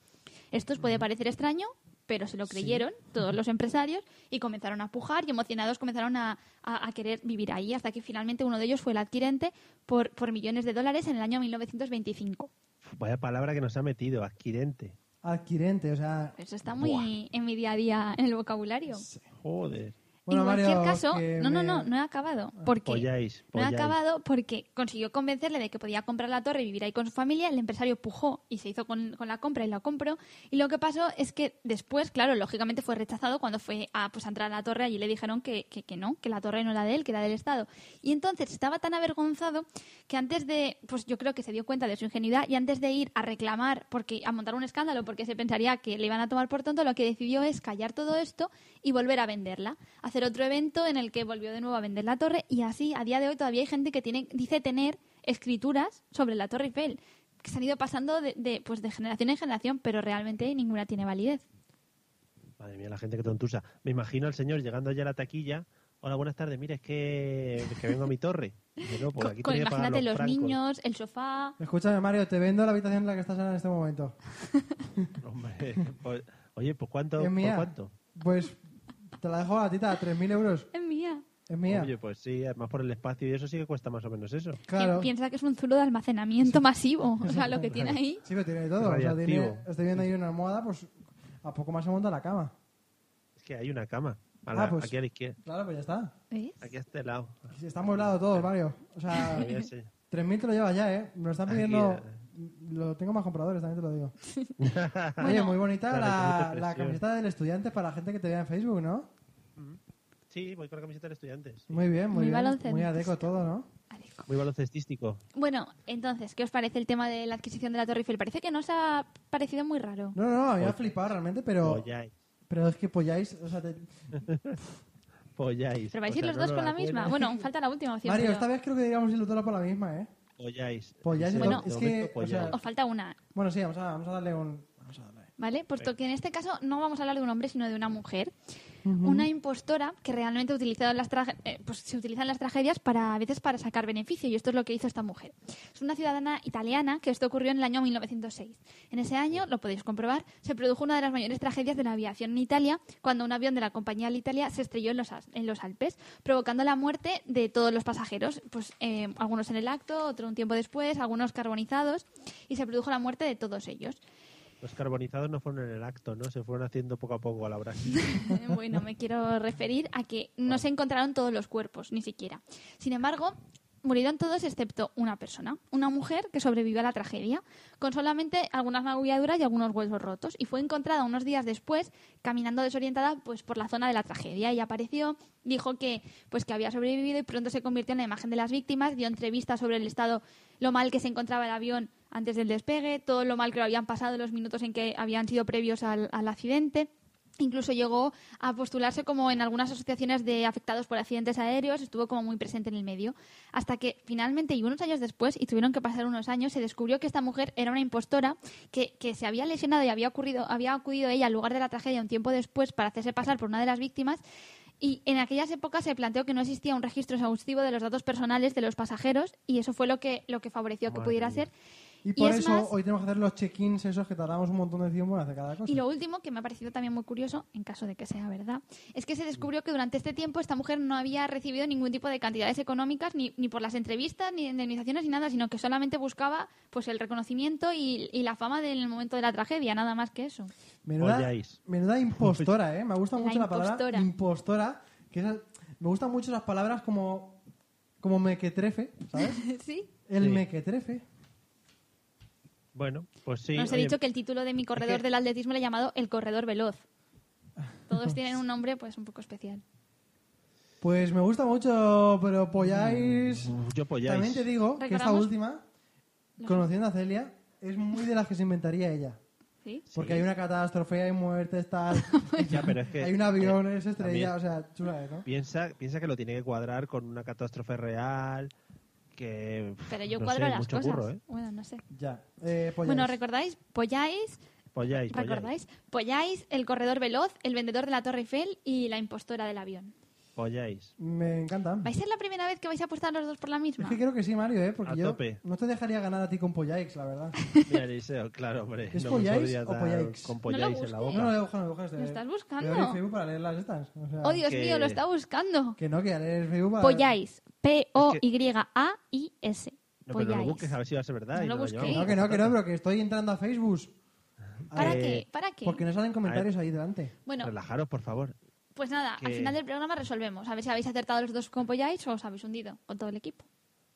Speaker 3: Esto os puede parecer extraño, pero se lo creyeron todos los empresarios y comenzaron a pujar y emocionados comenzaron a, a- a querer vivir ahí, hasta que finalmente uno de ellos fue el adquirente por, por millones de dólares en el año 1925.
Speaker 1: Vaya palabra que nos ha metido, adquirente.
Speaker 4: Adquirente, o sea...
Speaker 3: Eso está muy en mi día a día en el vocabulario.
Speaker 1: Joder.
Speaker 4: Bueno,
Speaker 3: en cualquier
Speaker 4: Mario,
Speaker 3: caso,
Speaker 4: que
Speaker 3: no, no,
Speaker 4: me-
Speaker 3: no,
Speaker 4: Ah,
Speaker 3: no he acabado. Porque
Speaker 1: Polláis,
Speaker 3: no he
Speaker 1: polláis.
Speaker 3: acabado porque consiguió convencerle de que podía comprar la torre y vivir ahí con su familia. El empresario pujó y se hizo con, con la compra y la compró. Y lo que pasó es que después, claro, lógicamente fue rechazado cuando fue a, pues, a entrar a la torre. Allí le dijeron que, que, que no, que la torre no era de él, que era del Estado. Y entonces estaba tan avergonzado que antes de, pues yo creo que se dio cuenta de su ingenuidad y antes de ir a reclamar, porque a montar un escándalo, porque se pensaría que le iban a tomar por tonto, lo que decidió es callar todo esto y volver a venderla. Hacer otro evento en el que volvió de nuevo a vender la torre y así, a día de hoy, todavía hay gente que tiene, dice tener escrituras sobre la Torre Eiffel, que se han ido pasando de, de, pues de generación en generación, pero realmente ninguna tiene validez.
Speaker 1: Madre mía, la gente que tontusa. Me imagino al señor llegando ya a la taquilla. Hola, buenas tardes. Mire, es que, es que vengo a mi torre. Dice, "No, pues
Speaker 3: Con-
Speaker 1: aquí
Speaker 3: con-
Speaker 1: tenía que pagar
Speaker 3: imagínate
Speaker 1: los
Speaker 3: los
Speaker 1: francos".
Speaker 3: niños, el sofá.
Speaker 4: Escúchame, Mario, te vendo la habitación en la que estás ahora en este momento.
Speaker 1: Hombre, pues, oye, pues ¿cuánto?
Speaker 4: ¿Es
Speaker 1: ¿Por
Speaker 4: mía?
Speaker 1: cuánto?
Speaker 4: Pues te la dejo a la tita, 3.000 euros.
Speaker 3: Es mía.
Speaker 4: Es mía.
Speaker 1: Oye, pues sí, además por el espacio y eso sí que cuesta más o menos eso.
Speaker 4: claro.
Speaker 3: Pi- Piensa que es un zulo de almacenamiento masivo. O sea, lo que tiene ahí.
Speaker 4: Sí, pero tiene de todo. O sea,
Speaker 1: Radiactivo.
Speaker 4: tiene, estoy viendo ahí una almohada, pues a poco más se monta la cama.
Speaker 1: Es que hay una cama. A
Speaker 4: Ah,
Speaker 1: la-
Speaker 4: pues.
Speaker 1: Aquí a la izquierda.
Speaker 4: Claro, pues ya está.
Speaker 3: ¿Ves?
Speaker 1: Aquí a este lado.
Speaker 4: Está mueblado todo, Mario. O sea,
Speaker 1: Todavía se-
Speaker 4: 3.000 te lo llevas ya, ¿eh? Me lo están
Speaker 1: Aquí,
Speaker 4: pidiendo...
Speaker 1: eh.
Speaker 4: Lo tengo más compradores, también te lo digo. Oye, muy bonita
Speaker 1: Claro, que
Speaker 4: la,
Speaker 1: mucha
Speaker 4: la
Speaker 1: presión.
Speaker 4: camiseta del estudiante para la gente que te vea en Facebook, ¿no?
Speaker 1: Sí, voy con la camiseta de estudiantes.
Speaker 4: Muy bien, muy,
Speaker 3: Muy
Speaker 4: bien.
Speaker 3: baloncestista.
Speaker 4: Muy adeco todo, ¿no?
Speaker 3: Adeco.
Speaker 1: Muy baloncestístico.
Speaker 3: Bueno, entonces, ¿qué os parece el tema de la adquisición de la Torre Eiffel? Parece que no os ha parecido muy raro.
Speaker 4: No, no, no, había flipado realmente, pero...
Speaker 1: Polláis.
Speaker 4: Pero es que polláis, o sea, te-
Speaker 1: Polláis.
Speaker 3: ¿Pero vais
Speaker 1: O
Speaker 3: a ir
Speaker 1: sea,
Speaker 3: los
Speaker 1: no
Speaker 3: dos
Speaker 1: nos
Speaker 3: con la
Speaker 1: da
Speaker 3: misma?
Speaker 1: pena.
Speaker 3: Bueno, falta la última opción.
Speaker 4: Mario,
Speaker 3: pero
Speaker 4: esta vez creo que deberíamos ir los dos por la misma, ¿eh?
Speaker 1: Polláis.
Speaker 4: Polláis,
Speaker 1: Sí,
Speaker 3: bueno,
Speaker 1: de
Speaker 4: es que,
Speaker 1: momento,
Speaker 4: o sea,
Speaker 1: polláis.
Speaker 3: Os falta una,
Speaker 4: Bueno, sí, vamos a, vamos a darle un... Vamos a darle.
Speaker 3: ¿vale? Puesto que en este caso no vamos a hablar de un hombre, sino de una mujer. Una impostora que realmente ha utilizado las traje- eh, pues, se utilizan las tragedias para a veces para sacar beneficio, y esto es lo que hizo esta mujer. Es una ciudadana italiana que esto ocurrió en el año 1906. En ese año, lo podéis comprobar, se produjo una de las mayores tragedias de la aviación en Italia cuando un avión de la compañía Alitalia se estrelló en los, as- en los Alpes, provocando la muerte de todos los pasajeros, pues eh, algunos en el acto, otro un tiempo después, algunos carbonizados, y se produjo la muerte de todos ellos.
Speaker 1: Los carbonizados no fueron en el acto, ¿no? Se fueron haciendo poco a poco a la brasa.
Speaker 3: bueno, me quiero referir a que no se encontraron todos los cuerpos, ni siquiera. Sin embargo, murieron todos excepto una persona, una mujer que sobrevivió a la tragedia, con solamente algunas magulladuras y algunos huesos rotos, y fue encontrada unos días después caminando desorientada pues por la zona de la tragedia y apareció, dijo que pues que había sobrevivido y pronto se convirtió en la imagen de las víctimas, dio entrevistas sobre el estado, lo mal que se encontraba el avión antes del despegue, todo lo mal que lo habían pasado los minutos en que habían sido previos al, al accidente. Incluso llegó a postularse como en algunas asociaciones de afectados por accidentes aéreos, estuvo como muy presente en el medio, hasta que finalmente, y unos años después, y tuvieron que pasar unos años, se descubrió que esta mujer era una impostora que, que se había lesionado y había, ocurrido, había acudido ella al lugar de la tragedia un tiempo después para hacerse pasar por una de las víctimas, y en aquellas épocas se planteó que no existía un registro exhaustivo de los datos personales de los pasajeros y eso fue lo que, lo que favoreció que
Speaker 1: Madre
Speaker 3: pudiera
Speaker 1: mía.
Speaker 3: ser.
Speaker 4: Y por
Speaker 3: es
Speaker 4: eso
Speaker 3: más-
Speaker 4: hoy tenemos que hacer los check-ins esos que tardamos un montón de tiempo en hacer cada cosa.
Speaker 3: Y lo último, que me ha parecido también muy curioso, en caso de que sea verdad, es que se descubrió que durante este tiempo esta mujer no había recibido ningún tipo de cantidades económicas, ni, ni por las entrevistas, ni indemnizaciones, ni nada, sino que solamente buscaba pues el reconocimiento y, y la fama del momento de la tragedia, nada más que eso.
Speaker 4: Menuda,
Speaker 1: Oyáis.
Speaker 4: menuda impostora, ¿eh? Me gusta
Speaker 3: La
Speaker 4: mucho la, palabra
Speaker 3: impostora.
Speaker 4: impostora. Que esa- me gustan mucho las palabras como, como mequetrefe, ¿sabes?
Speaker 3: ¿Sí?
Speaker 4: El
Speaker 1: Sí.
Speaker 4: mequetrefe.
Speaker 1: Bueno, pues sí.
Speaker 3: Nos he
Speaker 1: oye,
Speaker 3: dicho que el título de mi corredor del atletismo le he llamado El Corredor Veloz. Todos tienen un nombre pues un poco especial.
Speaker 4: Pues me gusta mucho, pero polláis...
Speaker 1: Mm, Yo polláis.
Speaker 4: También te digo que esta
Speaker 3: Recordamos-
Speaker 4: última, conociendo a Celia, es muy de las que se inventaría ella.
Speaker 3: ¿Sí?
Speaker 4: Porque hay una catástrofe, hay muertes, tal.
Speaker 1: Ya, pero es que-
Speaker 4: hay un avión, es
Speaker 1: eh, también-
Speaker 4: estrella, o sea, chula es, ¿no?
Speaker 1: Piensa, piensa que lo tiene que cuadrar con una catástrofe real. Que. pff,
Speaker 3: Pero yo
Speaker 1: no
Speaker 3: cuadro
Speaker 1: sé,
Speaker 3: las
Speaker 1: mucho
Speaker 3: cosas.
Speaker 1: curro, ¿eh?
Speaker 3: Bueno, no sé.
Speaker 4: Ya. Eh, pollas.
Speaker 3: Bueno, ¿recordáis? Polláis,
Speaker 1: Polláis, polláis.
Speaker 3: ¿Recordáis? Polláis, el corredor veloz, el vendedor de la Torre Eiffel y la impostora del avión.
Speaker 1: Polláis.
Speaker 4: Me encanta.
Speaker 3: ¿Vais a ser la primera vez que vais a apostar los dos por la
Speaker 4: Es
Speaker 3: misma?
Speaker 4: que creo que sí, Mario, ¿eh? Porque
Speaker 1: A
Speaker 4: yo
Speaker 1: tope.
Speaker 4: no te dejaría ganar a ti con Pollaix, la verdad.
Speaker 1: Mira, Eliseo, claro, hombre.
Speaker 4: ¿Es
Speaker 1: no me
Speaker 4: polláis
Speaker 1: podrías
Speaker 4: o
Speaker 1: dar
Speaker 4: polláix?
Speaker 1: Con
Speaker 3: No lo
Speaker 1: polláis en la
Speaker 3: busques.
Speaker 1: boca.
Speaker 4: No, no, lo he buscado, no lo he buscado.
Speaker 3: ¿Lo
Speaker 4: eh.
Speaker 3: estás buscando?
Speaker 4: Le abrí Facebook para leer las estas. o sea,
Speaker 3: ¡Oh, Dios
Speaker 1: que-
Speaker 3: mío, lo está buscando!
Speaker 4: Que no, que haré el Facebook para...
Speaker 3: Polláis, P-O-Y-A-I-S.
Speaker 1: No, pero no lo
Speaker 3: Polláis.
Speaker 1: busques a ver si va a ser verdad.
Speaker 3: No
Speaker 1: y
Speaker 3: lo
Speaker 1: no
Speaker 3: busquéis.
Speaker 4: Que no,
Speaker 1: llevamos.
Speaker 4: que no, que no, pero que estoy entrando a Facebook.
Speaker 3: ¿Para
Speaker 1: Eh,
Speaker 3: qué? ¿Para qué?
Speaker 4: Porque no salen comentarios ahí delante.
Speaker 3: Bueno,
Speaker 1: Relajaros, por favor.
Speaker 3: pues nada, al
Speaker 1: que-
Speaker 3: final del programa resolvemos. A ver si habéis acertado los dos con Polláis o os habéis hundido con todo el equipo.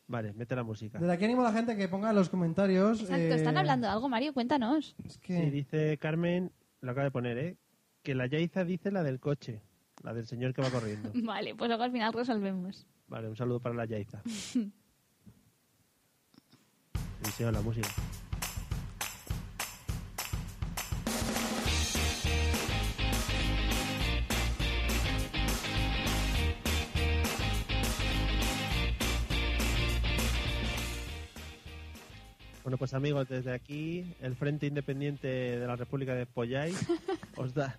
Speaker 1: Vale, mete la música.
Speaker 4: Desde aquí animo a la gente que ponga en los comentarios...
Speaker 3: Exacto, están
Speaker 4: eh,
Speaker 3: hablando de algo, Mario, cuéntanos.
Speaker 4: Es
Speaker 1: Sí,
Speaker 4: que...
Speaker 1: dice Carmen, lo acaba de poner, ¿eh? Que la Yaiza dice la del coche, la del señor que va corriendo.
Speaker 3: Vale, pues luego al final resolvemos.
Speaker 1: Vale, un saludo para la Yaiza. Eliseo, la música. Bueno, pues amigos, desde aquí, el Frente Independiente de la República de Pollay os da,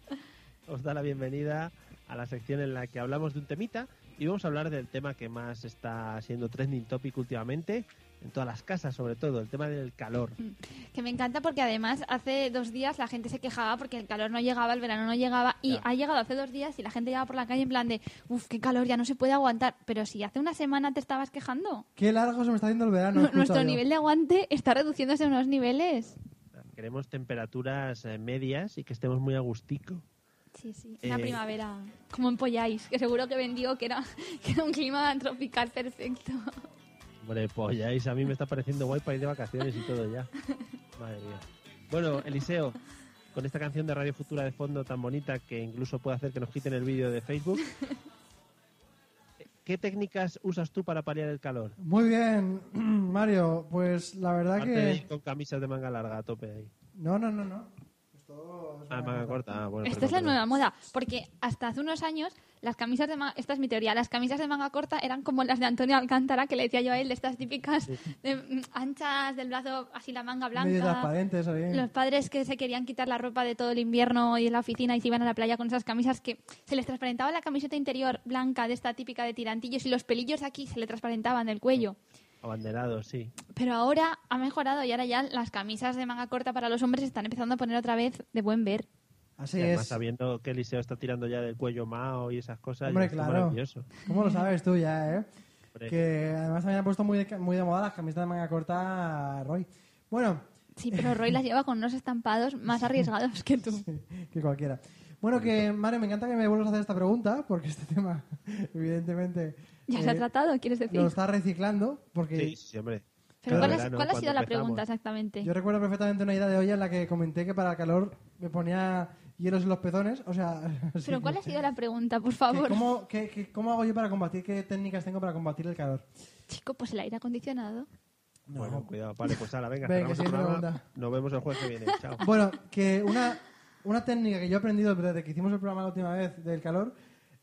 Speaker 1: os da la bienvenida a la sección en la que hablamos de un temita y vamos a hablar del tema que más está siendo trending topic últimamente, en todas las casas sobre todo, el tema del calor.
Speaker 3: Que me encanta porque además hace dos días la gente se quejaba porque el calor no llegaba, el verano no llegaba y
Speaker 1: Ya.
Speaker 3: ha llegado hace dos días y la gente lleva por la calle en plan de, uff, qué calor, ya no se puede aguantar. Pero si hace una semana te estabas quejando,
Speaker 4: Qué largo se me está haciendo el verano. he
Speaker 3: Nu- nuestro
Speaker 4: escuchado.
Speaker 3: nivel de aguante está reduciéndose a unos niveles.
Speaker 1: Queremos temperaturas eh, medias y que estemos muy a gustico.
Speaker 3: Sí, sí, una
Speaker 1: Eh,
Speaker 3: primavera, como empolláis, que seguro que vendió que era, que era un clima tropical perfecto.
Speaker 1: Hombre, polláis, a mí me está pareciendo guay para ir de vacaciones y todo ya. Madre mía. Bueno, Eliseo, con esta canción de Radio Futura de fondo tan bonita que incluso puede hacer que nos quiten el vídeo de Facebook, ¿qué técnicas usas tú para paliar el calor?
Speaker 4: Muy bien, Mario. Pues la verdad
Speaker 1: Aparte de ir
Speaker 4: que...
Speaker 1: con camisas de manga larga a tope ahí.
Speaker 4: No, no, no, no. Esto es
Speaker 1: Ah, manga corta. Ah, bueno,
Speaker 3: Esta
Speaker 1: perdón,
Speaker 3: es la
Speaker 1: perdón.
Speaker 3: nueva moda, porque hasta hace unos años las camisas de manga, esta es mi teoría, las camisas de manga corta eran como las de Antonio Alcántara, que le decía yo a él, de estas típicas de, mm, anchas del brazo, así la manga
Speaker 4: Medio
Speaker 3: blanca.
Speaker 4: transparentes ahí.
Speaker 3: Los padres que se querían quitar la ropa de todo el invierno y en la oficina y se iban a la playa con esas camisas que se les transparentaba la camiseta interior blanca de esta típica de tirantillos y los pelillos de aquí se le transparentaban del cuello.
Speaker 1: Abanderado, sí.
Speaker 3: Pero ahora ha mejorado y ahora ya las camisas de manga corta para los hombres se están empezando a poner otra vez de buen ver.
Speaker 4: Así
Speaker 1: Y además,
Speaker 4: es.
Speaker 1: sabiendo que Eliseo está tirando ya del cuello Mao y esas cosas,
Speaker 4: Hombre,
Speaker 1: ya está
Speaker 4: claro.
Speaker 1: maravilloso.
Speaker 4: ¿Cómo lo sabes tú ya, eh?
Speaker 1: Hombre.
Speaker 4: Que además también ha puesto muy de, muy de moda las camisetas de manga corta Roy. Bueno,
Speaker 3: Sí, pero Roy las lleva con unos estampados más arriesgados que tú.
Speaker 4: que cualquiera. Bueno, que, Mario, me encanta que me vuelvas a hacer esta pregunta, porque este tema, evidentemente,
Speaker 3: Ya se ha
Speaker 4: eh,
Speaker 3: tratado, quieres decir.
Speaker 4: lo está reciclando, porque
Speaker 1: Sí, sí, hombre.
Speaker 3: Pero
Speaker 1: Cada
Speaker 3: ¿cuál, es-
Speaker 1: verano,
Speaker 3: cuál ha
Speaker 1: cuando
Speaker 3: sido la
Speaker 1: empezamos.
Speaker 3: pregunta exactamente?
Speaker 4: Yo recuerdo perfectamente una idea de olla en la que comenté que para el calor me ponía hielos en los pezones. O sea. así
Speaker 3: Pero
Speaker 4: que-
Speaker 3: ¿cuál ha sido la pregunta, por
Speaker 4: que
Speaker 3: favor?
Speaker 4: ¿Cómo, que- que ¿Cómo hago yo para combatir? ¿Qué técnicas tengo para combatir el calor?
Speaker 3: Chico, pues el aire acondicionado.
Speaker 1: Bueno, cuidado. Vale, pues ahora, venga,
Speaker 4: Venga,
Speaker 1: cerramos el
Speaker 4: siguiente
Speaker 1: programa.
Speaker 4: pregunta.
Speaker 1: Nos vemos el jueves que viene. Chao.
Speaker 4: Bueno, que una, una técnica que yo he aprendido desde que hicimos el programa la última vez del calor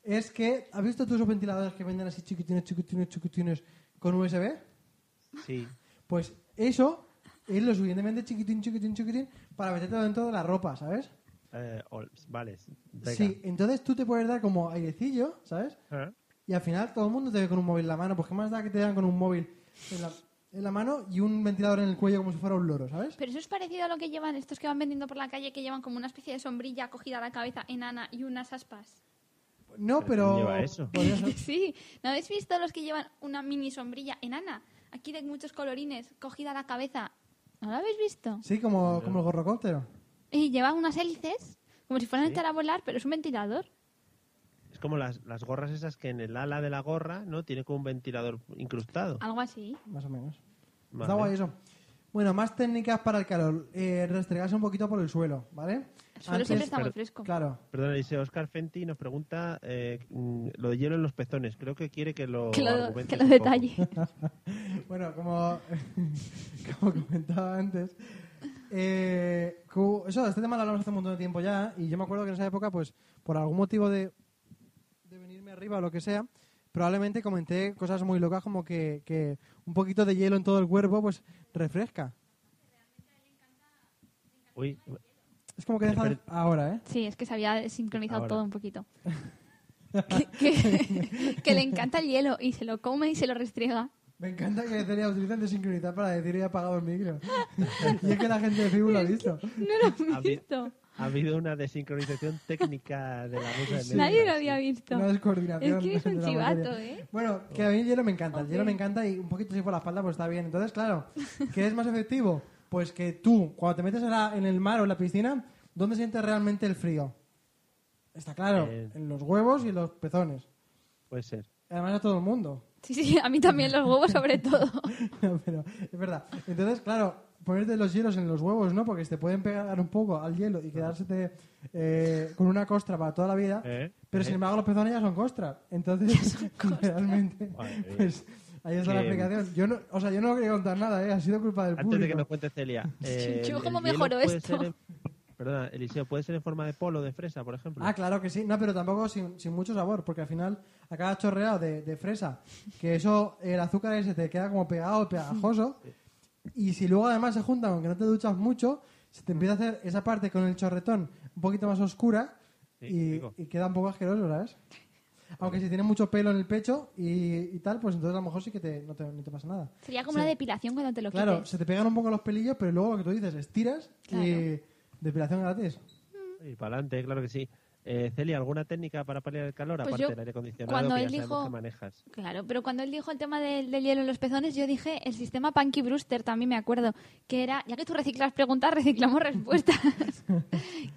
Speaker 4: es que. ¿Has visto tú esos ventiladores que venden así chiquitines, chiquitines, chiquitines con USB?
Speaker 1: Sí.
Speaker 4: Pues eso es lo suficientemente chiquitín, chiquitín, chiquitín para meterte dentro de la ropa, ¿sabes?
Speaker 1: Eh, ol- vale. Venga.
Speaker 4: Sí, entonces tú te puedes dar como airecillo, ¿sabes?
Speaker 1: Ah,
Speaker 4: Y al final todo el mundo te ve con un móvil en la mano. Pues qué más da que te dan con un móvil en la, en la mano y un ventilador en el cuello como si fuera un loro, ¿sabes?
Speaker 3: Pero eso es parecido a lo que llevan estos que van vendiendo por la calle, que llevan como una especie de sombrilla cogida a la cabeza enana y unas aspas.
Speaker 4: No,
Speaker 1: ¿Pero
Speaker 4: pero...
Speaker 1: quién lleva eso?
Speaker 4: podría ser-
Speaker 3: sí, ¿no habéis visto los que llevan una mini sombrilla enana? Aquí de muchos colorines, cogida a la cabeza. ¿No lo habéis visto?
Speaker 4: Sí, como, como el gorrocóptero.
Speaker 3: Y lleva unas hélices, como si fueran a echar a volar, pero es un ventilador.
Speaker 1: Es como las, las gorras esas que en el ala de la gorra, ¿no? Tiene como un ventilador incrustado.
Speaker 3: Algo así.
Speaker 4: Más o menos. Está
Speaker 1: Vale.
Speaker 4: guay eso. Bueno, más técnicas para el calor. Eh, restregarse un poquito por el suelo, ¿vale?
Speaker 3: El suelo siempre está muy fresco.
Speaker 4: Claro.
Speaker 1: Perdón, dice Oscar Fenti nos pregunta eh, mm, lo de hielo en los pezones. Creo que quiere que lo,
Speaker 3: que lo,
Speaker 1: argumentes
Speaker 3: que lo
Speaker 1: un poco.
Speaker 3: detalle.
Speaker 4: Bueno, como, como comentaba antes, eh, cu- eso, este tema lo hablamos hace un montón de tiempo ya y yo me acuerdo que en esa época, pues, por algún motivo de, de venirme arriba o lo que sea, probablemente comenté cosas muy locas como que, que un poquito de hielo en todo el cuerpo, pues, refresca.
Speaker 1: Uy,
Speaker 4: Es como que deja
Speaker 1: Espera.
Speaker 4: ahora, ¿eh?
Speaker 3: Sí, es que se había sincronizado
Speaker 1: Ahora.
Speaker 3: todo un poquito. que, que- que le encanta el hielo y se lo come y se lo restriega.
Speaker 4: Me encanta que Celia utilizan desincronizar para decir he apagado el micro. y es que la gente de Facebook lo ha visto.
Speaker 3: No lo
Speaker 1: A
Speaker 3: han
Speaker 1: mí-
Speaker 3: visto.
Speaker 1: ha habido una desincronización técnica de la mesa de mezclas.
Speaker 3: Nadie lo había visto.
Speaker 4: Una descoordinación.
Speaker 3: Es que eres un
Speaker 4: de la materia.
Speaker 3: chivato, ¿eh?
Speaker 4: Bueno, que a mí el hielo me encanta. El hielo me encanta y un poquito así por la espalda pues está bien. Entonces, claro, ¿qué es más efectivo? Pues que tú, cuando te metes en, la- en el mar o en la piscina, ¿dónde sientes realmente el frío? Está claro,
Speaker 1: Eh.
Speaker 4: en los huevos y en los pezones.
Speaker 1: Puede ser.
Speaker 4: Además a todo el mundo.
Speaker 3: Sí, sí, a mí también los huevos sobre todo.
Speaker 4: No, pero es verdad. Entonces, claro, ponerte los hielos en los huevos, ¿no? Porque te pueden pegar un poco al hielo y quedársete eh, con una costra para toda la vida.
Speaker 1: Eh,
Speaker 4: Pero
Speaker 1: eh.
Speaker 4: sin embargo, los pezones ya son costra. Entonces, realmente,
Speaker 1: Madre mía.
Speaker 4: pues ahí está la
Speaker 1: Que-
Speaker 4: aplicación. Yo no, o sea, yo no quería contar nada, ¿eh? Ha sido culpa del
Speaker 1: Antes
Speaker 4: público.
Speaker 1: de que nos cuente Celia. eh,
Speaker 3: Yo
Speaker 1: el-
Speaker 3: cómo
Speaker 1: el hielo
Speaker 3: mejoro
Speaker 1: puede
Speaker 3: esto.
Speaker 1: ser en- perdona, Eliseo, ¿puede ser en forma de polo, de fresa, por ejemplo?
Speaker 4: Ah, claro que sí. No, pero tampoco sin, sin mucho sabor, porque al final acaba chorreado de, de fresa, que eso, el azúcar ese te queda como pegado, pegajoso. Y si luego además se junta, aunque no te duchas mucho, se te empieza a hacer esa parte con el chorretón un poquito más oscura
Speaker 1: Sí,
Speaker 4: y,
Speaker 1: rico.
Speaker 4: y queda un poco asqueroso, ¿sabes? Aunque si tiene mucho pelo en el pecho y, y tal, pues entonces a lo mejor sí que te, no, te, no te pasa nada.
Speaker 3: Sería como
Speaker 4: Sí.
Speaker 3: una depilación cuando te lo
Speaker 4: Claro,
Speaker 3: quites.
Speaker 4: se te pegan un poco los pelillos, pero luego lo que tú dices, estiras y
Speaker 3: Claro.
Speaker 4: depilación gratis.
Speaker 1: Y para adelante, claro que sí. Eh, Celia, ¿alguna técnica para paliar el calor?
Speaker 3: Pues
Speaker 1: aparte
Speaker 3: yo,
Speaker 1: del aire acondicionado
Speaker 3: cuando
Speaker 1: que ya
Speaker 3: él
Speaker 1: sabemos
Speaker 3: dijo-
Speaker 1: que manejas.
Speaker 3: Claro, pero cuando él dijo el tema del, del hielo en los pezones, yo dije el sistema Punky Brewster, también me acuerdo, que era, ya que tú reciclas preguntas, reciclamos respuestas,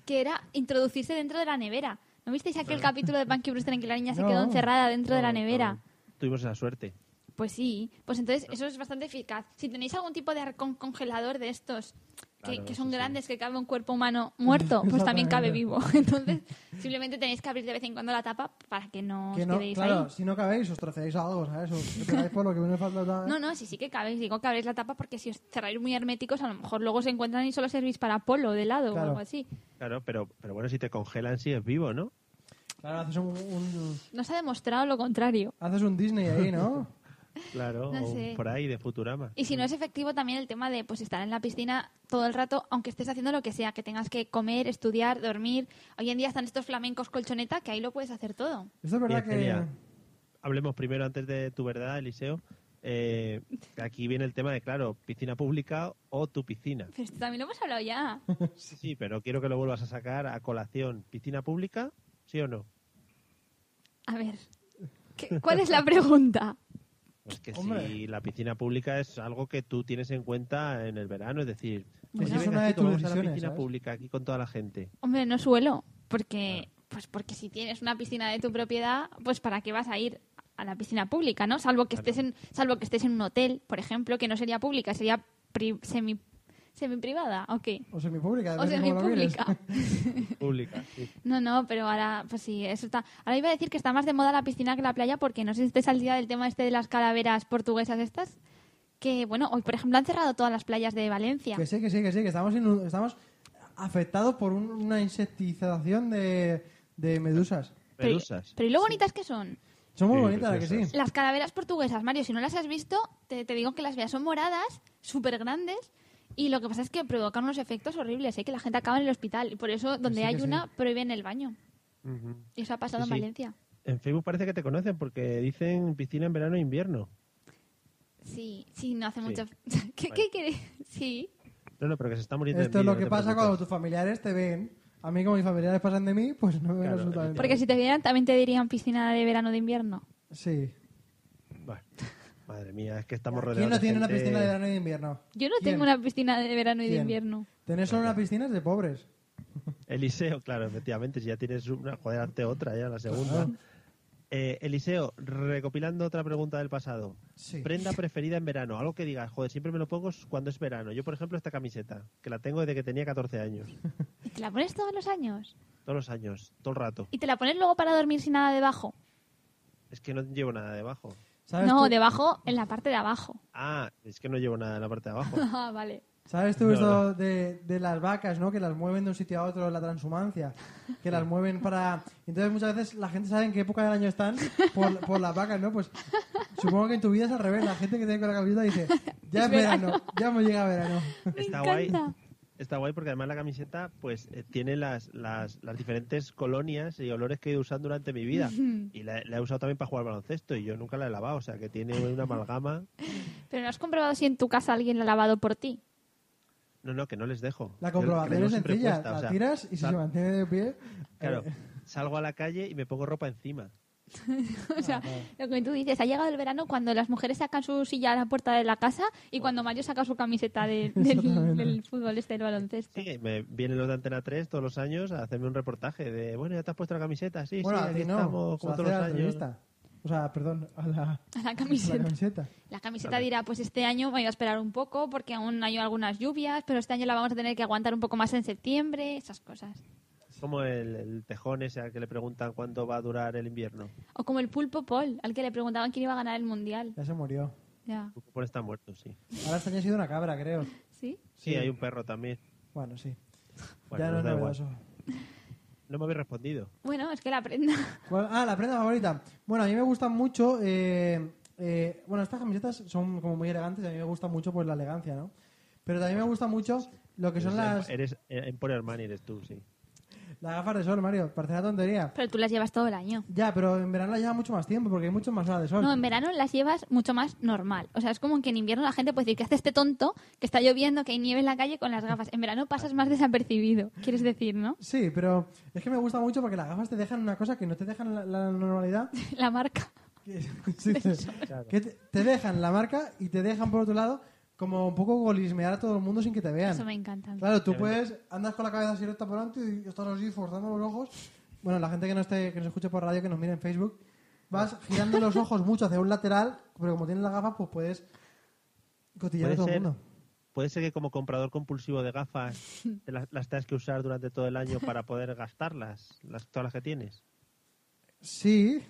Speaker 3: que era introducirse dentro de la nevera. ¿No visteis aquel capítulo de Punky Brewster en que la niña se
Speaker 4: No.
Speaker 3: quedó encerrada dentro de la
Speaker 1: No,
Speaker 3: nevera?
Speaker 1: no. Tuvimos esa suerte.
Speaker 3: Pues sí, pues entonces eso es bastante eficaz. Si tenéis algún tipo de arcón congelador de estos, que,
Speaker 1: Claro,
Speaker 3: que son
Speaker 1: eso sí.
Speaker 3: grandes, que cabe un cuerpo humano muerto, pues también cabe vivo. Entonces, simplemente tenéis que abrir de vez en cuando la tapa para que no
Speaker 4: Que
Speaker 3: os
Speaker 4: no,
Speaker 3: quedéis
Speaker 4: claro,
Speaker 3: ahí.
Speaker 4: si no cabéis, os troceáis a algo, ¿sabes? Os os pegáis por lo que viene falta. ¿sabes?
Speaker 3: No, no, sí, sí que cabéis. Digo que abréis la tapa porque si os cerráis muy herméticos, a lo mejor luego se encuentran y solo servís para polo de lado
Speaker 4: Claro.
Speaker 3: o algo así.
Speaker 1: Claro, pero, pero bueno, si te congelan, sí es vivo, ¿no?
Speaker 4: Claro, haces un, un-
Speaker 3: No se ha demostrado lo contrario.
Speaker 4: haces un Disney ahí, ¿no?
Speaker 1: Claro,
Speaker 3: No
Speaker 1: o un-
Speaker 3: sé.
Speaker 1: por ahí, de Futurama.
Speaker 3: Y si no es efectivo también el tema de pues estar en la piscina todo el rato, aunque estés haciendo lo que sea, que tengas que comer, estudiar, dormir. Hoy en día están estos flamencos colchoneta que ahí lo puedes hacer todo.
Speaker 4: Esto es verdad
Speaker 1: Bien, Celia,
Speaker 4: que...
Speaker 1: Hablemos primero antes de tu verdad, Eliseo. Eh, aquí viene el tema de, claro, piscina pública o tu piscina.
Speaker 3: Pero esto también lo hemos hablado ya.
Speaker 1: Sí, sí, pero quiero que lo vuelvas a sacar a colación. ¿Piscina pública? ¿Sí o no?
Speaker 3: A ver, ¿qué- ¿cuál es la pregunta?
Speaker 1: Pues que
Speaker 4: Hombre.
Speaker 1: si la piscina pública es algo que tú tienes en cuenta en el verano, es decir,
Speaker 4: Pues
Speaker 1: oye,
Speaker 4: es
Speaker 1: venga,
Speaker 4: una de
Speaker 1: chicos,
Speaker 4: tus
Speaker 1: vamos a la
Speaker 4: decisiones,
Speaker 1: piscina
Speaker 4: ¿sabes?
Speaker 1: pública aquí con toda la gente.
Speaker 3: Hombre, no suelo. Porque, pues porque si tienes una piscina de tu propiedad, pues para qué vas a ir a la piscina pública, ¿no? Salvo que estés en, salvo que estés en un hotel, por ejemplo, que no sería pública, sería pri- semi, semi privada, ¿o qué?
Speaker 4: O semipública,
Speaker 3: O
Speaker 4: depende de cómo lo mires.
Speaker 3: semipública.
Speaker 1: Pública, sí.
Speaker 3: No, no, pero ahora, pues sí, eso está. Ahora iba a decir que está más de moda la piscina que la playa, porque no sé si estés al día del tema este de las calaveras portuguesas estas. Que bueno, hoy por ejemplo han cerrado todas las playas de Valencia.
Speaker 4: Que sí, que sí, que sí, que estamos, inu- estamos afectados por un- una insectización de, de medusas.
Speaker 3: Pero,
Speaker 1: Medusas.
Speaker 3: pero ¿y lo bonitas que son?
Speaker 4: Son muy
Speaker 1: Sí,
Speaker 4: bonitas, ¿a que sí?
Speaker 1: preciosas.
Speaker 3: Las calaveras portuguesas, Mario, si no las has visto, te, te digo que las veas. Son moradas, súper grandes, y lo que pasa es que provocan unos efectos horribles, ¿eh? que la gente acaba en el hospital. Y por eso, donde
Speaker 4: Pues sí,
Speaker 3: hay
Speaker 4: que sí.
Speaker 3: una, prohíben el baño.
Speaker 1: Ujú.
Speaker 3: Y eso ha pasado
Speaker 1: Sí,
Speaker 3: en
Speaker 1: sí.
Speaker 3: Valencia.
Speaker 1: En Facebook parece que te conocen porque dicen piscina en verano e invierno.
Speaker 3: Sí, sí, no hace
Speaker 1: Sí.
Speaker 3: mucho. ¿Qué,
Speaker 1: Bueno.
Speaker 3: qué queréis? Sí.
Speaker 1: No, no, pero que se está muriendo de
Speaker 4: Esto es
Speaker 1: envidia,
Speaker 4: lo que
Speaker 1: no te
Speaker 4: pasa cuando
Speaker 1: preocupes.
Speaker 4: tus familiares te ven. A mí, como mis familiares pasan de mí, pues no me ven
Speaker 1: Claro,
Speaker 4: absolutamente.
Speaker 3: Porque si te vieran, también te dirían piscina de verano de invierno.
Speaker 4: Sí.
Speaker 1: Bueno, madre mía, es que estamos rodeados
Speaker 4: ¿Quién no
Speaker 1: de
Speaker 4: tiene una
Speaker 1: gente-
Speaker 4: piscina de verano y de invierno?
Speaker 3: Yo no
Speaker 4: ¿Quién?
Speaker 3: tengo una piscina de verano y de
Speaker 4: ¿Quién?
Speaker 3: invierno.
Speaker 4: Tener solo una piscina es de pobres.
Speaker 1: Eliseo, claro, efectivamente, si ya tienes una, joder, hazte otra ya, la segunda. Eh, Eliseo, recopilando otra pregunta del pasado.
Speaker 4: Sí.
Speaker 1: Prenda preferida en verano, algo que digas, joder, siempre me lo pongo cuando es verano. Yo, por ejemplo, esta camiseta, que la tengo desde que tenía 14 años,
Speaker 3: ¿Y te la pones todos los años?
Speaker 1: todos los años, todo el rato.
Speaker 3: ¿Y te la pones luego para dormir sin nada debajo?
Speaker 1: Es que no llevo nada debajo.
Speaker 4: ¿Sabes,
Speaker 3: no,
Speaker 4: tú,
Speaker 3: debajo, en la parte de abajo.
Speaker 1: Ah, es que no llevo nada en la parte de abajo.
Speaker 3: Ah, vale.
Speaker 4: ¿Sabes tú
Speaker 1: No,
Speaker 4: esto De, de las vacas, ¿no? Que las mueven de un sitio a otro, la transhumancia. Que las mueven para... Entonces muchas veces la gente sabe en qué época del año están por, por las vacas, ¿no? Pues supongo que en tu vida es al revés. La gente que tiene con la camiseta dice, ya
Speaker 3: Es
Speaker 4: es, verano, ya me llega verano.
Speaker 3: Me
Speaker 1: está guay.
Speaker 3: encanta.
Speaker 1: Está guay porque además la camiseta pues eh, tiene las, las, las diferentes colonias y olores que he ido usando durante mi vida. Y la, la he usado también para jugar al baloncesto y yo nunca la he lavado, o sea que tiene una amalgama.
Speaker 3: Pero no has comprobado si en tu casa alguien la ha lavado por ti.
Speaker 1: No, no, que no les dejo.
Speaker 4: La
Speaker 1: Yo- que
Speaker 4: comprobación
Speaker 1: tengo
Speaker 4: es
Speaker 1: siempre
Speaker 4: sencilla.
Speaker 1: puesta, o
Speaker 4: la
Speaker 1: sea,
Speaker 4: tiras y si
Speaker 1: sal-
Speaker 4: se mantiene de pie...
Speaker 1: Claro,
Speaker 4: eh,
Speaker 1: salgo a la calle y me pongo ropa encima.
Speaker 3: O sea, lo que tú dices, ha llegado el verano cuando las mujeres sacan su silla a la puerta de la casa y cuando Mario saca su camiseta de- del,
Speaker 4: Exactamente.
Speaker 3: del fútbol, este, del baloncesto.
Speaker 1: Sí, me vienen los de Antena 3 todos los años a hacerme un reportaje de, bueno, ya te has puesto la camiseta, sí,
Speaker 4: bueno,
Speaker 1: sí,
Speaker 4: a
Speaker 1: aquí
Speaker 4: ti no.
Speaker 1: estamos
Speaker 4: o sea,
Speaker 1: como todos
Speaker 4: hace
Speaker 1: los
Speaker 4: la
Speaker 1: años.
Speaker 4: entrevista. O sea, perdón, a la, a
Speaker 3: A la
Speaker 4: la
Speaker 3: camiseta.
Speaker 4: camiseta.
Speaker 3: La camiseta dirá, pues este año voy a esperar un poco porque aún hay algunas lluvias, pero este año la vamos a tener que aguantar un poco más en septiembre, esas cosas.
Speaker 1: Como el, el tejón ese al que le preguntan cuánto va a durar el invierno.
Speaker 3: O como el pulpo Paul, al que le preguntaban quién iba a ganar el mundial.
Speaker 4: Ya se murió.
Speaker 3: Ya.
Speaker 1: Por está muerto, sí.
Speaker 4: Ahora este año ha sido una cabra, creo.
Speaker 3: ¿Sí?
Speaker 1: Sí, hay un perro también.
Speaker 4: Bueno, sí.
Speaker 1: Bueno,
Speaker 4: ya no
Speaker 1: nos
Speaker 4: es
Speaker 1: da igual.
Speaker 4: novedoso.
Speaker 1: No me habéis respondido.
Speaker 3: Bueno, es que la prenda.
Speaker 4: ¿Cuál- Ah, la prenda favorita. Bueno, a mí me gustan mucho. eh, eh, bueno, estas camisetas son como muy elegantes. y A mí me gusta mucho pues la elegancia, ¿no? Pero también me gusta mucho lo que son
Speaker 1: Eres-
Speaker 4: las,
Speaker 1: Eres eh, Emporio Armani, eres tú, sí.
Speaker 4: las gafas de sol, Mario. Parece una tontería.
Speaker 3: Pero tú las llevas todo el año.
Speaker 4: Ya, pero en verano las lleva mucho más tiempo porque hay mucho más horas de sol.
Speaker 3: No, en verano las llevas mucho más normal. O sea, es como que en invierno la gente puede decir que hace este tonto, que está lloviendo, que hay nieve en la calle con las gafas. En verano pasas más desapercibido, quieres decir, ¿no?
Speaker 4: Sí, pero es que me gusta mucho porque las gafas te dejan una cosa que no te dejan la, la normalidad.
Speaker 3: La marca.
Speaker 4: que- sí, te, que te, te dejan la marca y te dejan por otro lado como un poco golismear a todo el mundo sin que te vean.
Speaker 3: Eso me encanta.
Speaker 4: Claro, tú puedes, andas con la cabeza así recta por delante y estás así forzando los ojos. Bueno, la gente que nos, esté, que nos escuche por radio, que nos mire en Facebook, vas girando los ojos mucho hacia un lateral, pero como tienes las gafas, pues puedes cotillar
Speaker 1: Puede
Speaker 4: a todo
Speaker 1: ser,
Speaker 4: el mundo.
Speaker 1: puede ser que como comprador compulsivo de gafas te las, las tengas que usar durante todo el año para poder gastarlas, las, todas las que tienes.
Speaker 4: Sí.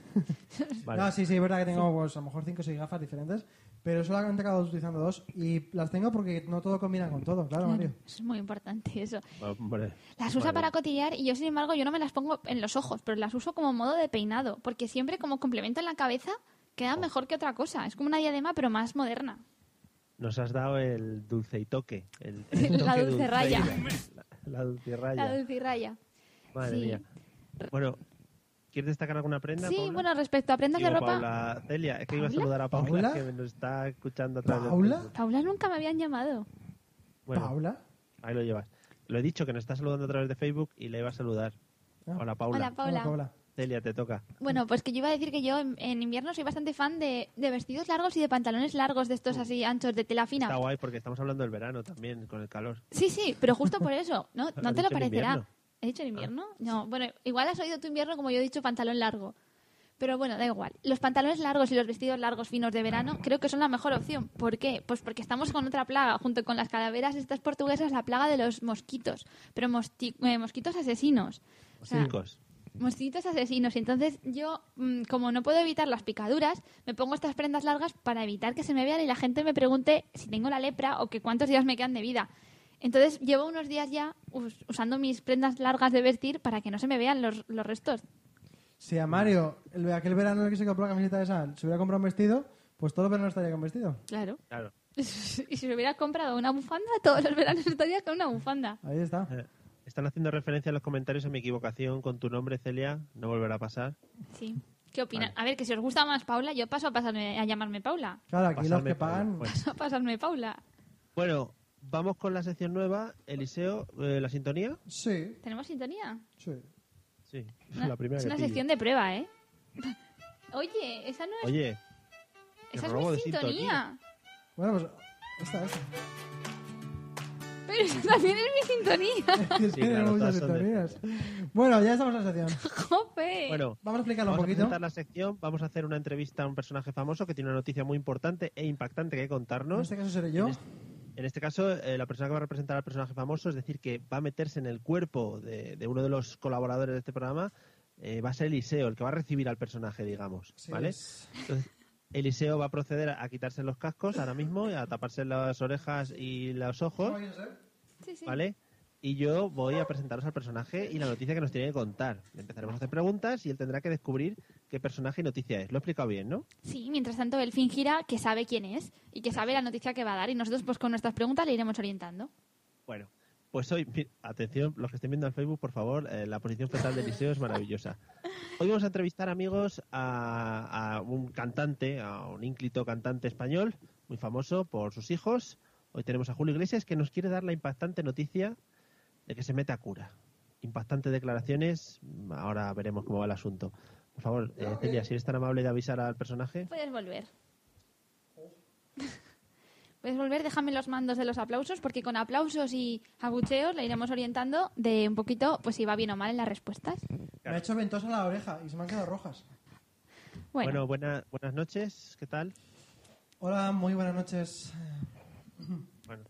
Speaker 1: Vale.
Speaker 4: No, sí, sí, es verdad que tengo pues, a lo mejor 5 o 6 gafas diferentes, pero solamente acabo utilizando dos y las tengo porque no todo combina con todo, claro, Mario.
Speaker 3: Eso es muy importante, eso.
Speaker 1: Oh, Hombre,
Speaker 3: Las usa
Speaker 1: madre.
Speaker 3: para cotillear y yo, sin embargo, yo no me las pongo en los ojos, pero las uso como modo de peinado, porque siempre como complemento en la cabeza queda mejor que otra cosa. Es como una diadema, pero más moderna.
Speaker 1: Nos has dado el dulce y toque. El, el
Speaker 3: La
Speaker 1: toque
Speaker 3: dulce raya.
Speaker 1: La, la dulce raya.
Speaker 3: La dulcirraya.
Speaker 1: Madre
Speaker 3: sí.
Speaker 1: mía. Bueno, ¿quieres destacar alguna prenda?
Speaker 3: Sí,
Speaker 1: Paula?
Speaker 3: bueno, respecto a prendas de
Speaker 1: Digo,
Speaker 3: ropa...
Speaker 1: Paula, Celia, es que iba a
Speaker 3: ¿Paula?
Speaker 1: saludar a Paula,
Speaker 4: ¿Paula?
Speaker 1: que nos está escuchando atrás. del
Speaker 4: ¿Paula?
Speaker 1: Facebook.
Speaker 3: Paula nunca me habían llamado.
Speaker 1: Bueno,
Speaker 4: Paula.
Speaker 1: Ahí lo llevas. Lo he dicho, que nos está saludando a través de Facebook y le iba a saludar.
Speaker 4: Ah.
Speaker 1: Hola, Paula.
Speaker 3: Hola, Paula.
Speaker 1: Celia, te toca.
Speaker 3: Bueno, pues que yo iba a decir que yo en, en invierno soy bastante fan de, de vestidos largos y de pantalones largos de estos así anchos de tela
Speaker 1: Está
Speaker 3: fina.
Speaker 1: guay porque estamos hablando del verano también, con el calor.
Speaker 3: Sí, sí, pero justo por eso, ¿no?
Speaker 1: Lo
Speaker 3: No
Speaker 1: has dicho
Speaker 3: te lo
Speaker 1: en
Speaker 3: parecerá.
Speaker 1: invierno. Ah.
Speaker 3: ¿He dicho en invierno? No, bueno, igual has oído tu invierno como yo he dicho pantalón largo. Pero bueno, da igual. Los pantalones largos y los vestidos largos finos de
Speaker 1: Ah.
Speaker 3: verano creo que son la mejor opción. ¿Por qué? Pues porque estamos con otra plaga, junto con las calaveras estas portuguesas, la plaga de los mosquitos, pero mosti- eh, mosquitos asesinos. O sea,
Speaker 1: Chicos,
Speaker 3: mosquitos asesinos. Entonces yo, mm, como no puedo evitar las picaduras, me pongo estas prendas largas para evitar que se me vean y la gente me pregunte si tengo la lepra o que cuántos días me quedan de vida. Entonces llevo unos días ya us- usando mis prendas largas de vestir para que no se me vean los, los restos.
Speaker 4: Si a Mario, el de aquel verano en el que se compró la camiseta de San, se hubiera comprado un vestido, pues todos los veranos estaría con vestido.
Speaker 3: Claro.
Speaker 1: claro.
Speaker 3: y si me hubiera comprado una bufanda, todos los veranos estaría con una bufanda.
Speaker 4: Ahí está.
Speaker 1: Eh, Están haciendo referencia en los comentarios a mi equivocación con tu nombre, Celia. No volverá a pasar.
Speaker 3: Sí. ¿Qué opinas? A ver, que si os gusta más Paula, yo paso a pasarme a llamarme Paula.
Speaker 4: Claro, aquí los
Speaker 1: Pasarme
Speaker 4: que
Speaker 1: por-
Speaker 4: pagan.
Speaker 1: Bueno.
Speaker 3: Paso a pasarme Paula.
Speaker 1: Bueno, vamos con la sección nueva. Eliseo, eh, ¿la sintonía?
Speaker 4: Sí,
Speaker 3: ¿Tenemos sintonía?
Speaker 4: sí.
Speaker 1: Sí,
Speaker 3: Una-
Speaker 1: la primera
Speaker 3: es
Speaker 1: que
Speaker 3: una
Speaker 1: pillo.
Speaker 3: sección de prueba, ¿eh? Oye, esa no es,
Speaker 1: Oye,
Speaker 3: esa es
Speaker 1: robo
Speaker 3: mi
Speaker 1: de
Speaker 3: sintonía.
Speaker 4: Bueno, pues esta es.
Speaker 3: Pero esa también es mi sintonía.
Speaker 4: Tiene
Speaker 1: claro, todas
Speaker 4: muchas
Speaker 1: son de-
Speaker 4: historias. Bueno, ya estamos en la sección.
Speaker 3: Jope.
Speaker 1: bueno,
Speaker 4: Vamos a explicarlo
Speaker 1: vamos a
Speaker 4: un poquito.
Speaker 1: presentar la sección. Vamos a hacer una entrevista a un personaje famoso que tiene una noticia muy importante e impactante que
Speaker 4: En
Speaker 1: contarnos.
Speaker 4: este caso seré yo.
Speaker 1: En este, en este caso, eh, la persona que va a representar al personaje famoso, es decir, que va a meterse en el cuerpo de, de uno de los colaboradores de este programa, eh, va a ser Eliseo, el que va a recibir al personaje, digamos.
Speaker 4: Sí,
Speaker 1: ¿Vale?
Speaker 4: es-
Speaker 1: Entonces, Eliseo va a proceder a quitarse los cascos ahora mismo, y a taparse las orejas y los ojos,
Speaker 4: ¿Cómo quieres ser?
Speaker 3: Sí, sí.
Speaker 1: ¿vale? Y yo voy a presentaros al personaje y la noticia que nos tiene que contar. Le empezaremos a hacer preguntas y él tendrá que descubrir qué personaje y noticia es. Lo he explicado bien, ¿no?
Speaker 3: Sí, mientras tanto él fingirá que sabe quién es y que sabe la noticia que va a dar y nosotros pues con nuestras preguntas le iremos orientando.
Speaker 1: Bueno, pues hoy, mi- atención, los que estén viendo en Facebook, por favor, eh, la posición fetal de Eliseo es maravillosa. Hoy vamos a entrevistar, amigos, a, a un cantante, a un ínclito cantante español, muy famoso por sus hijos. Hoy tenemos a Julio Iglesias, que nos quiere dar la impactante noticia de que se mete a cura. Impactantes declaraciones, mm, ahora veremos cómo va el asunto. Por favor, eh, Celia, si eres tan amable de avisar al personaje.
Speaker 3: Puedes volver. Puedes volver, déjame los mandos de los aplausos, porque con aplausos y abucheos le iremos orientando de un poquito, pues si va bien o mal en las respuestas.
Speaker 4: Me ha hecho ventosa la oreja y se me han quedado rojas.
Speaker 3: Bueno,
Speaker 1: Bueno, buena- buenas noches, ¿qué tal?
Speaker 4: Hola, muy buenas noches.
Speaker 1: Bueno,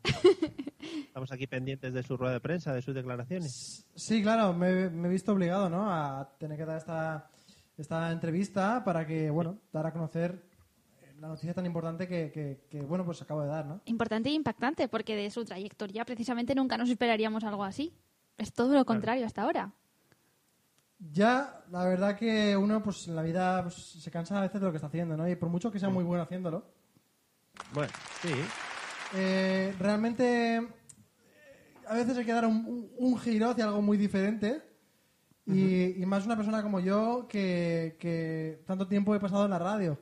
Speaker 1: estamos aquí pendientes de su rueda de prensa, de sus declaraciones.
Speaker 4: Sí, claro, me, me he visto obligado, ¿no? A tener que dar esta, esta entrevista para que, bueno, dar a conocer la noticia tan importante que, que- que, bueno, pues acabo de dar, ¿no?
Speaker 3: importante e impactante, porque de su trayectoria precisamente nunca nos esperaríamos algo así. Es todo lo contrario hasta ahora.
Speaker 4: Ya, la verdad que uno, pues en la vida pues, se cansa a veces de lo que está haciendo, ¿no? Y por mucho que sea muy bueno haciéndolo,
Speaker 1: Bueno, sí,
Speaker 4: eh, realmente eh, a veces hay que dar un, un- un giro hacia algo muy diferente. Y, y más una persona como yo que, que tanto tiempo he pasado en la radio.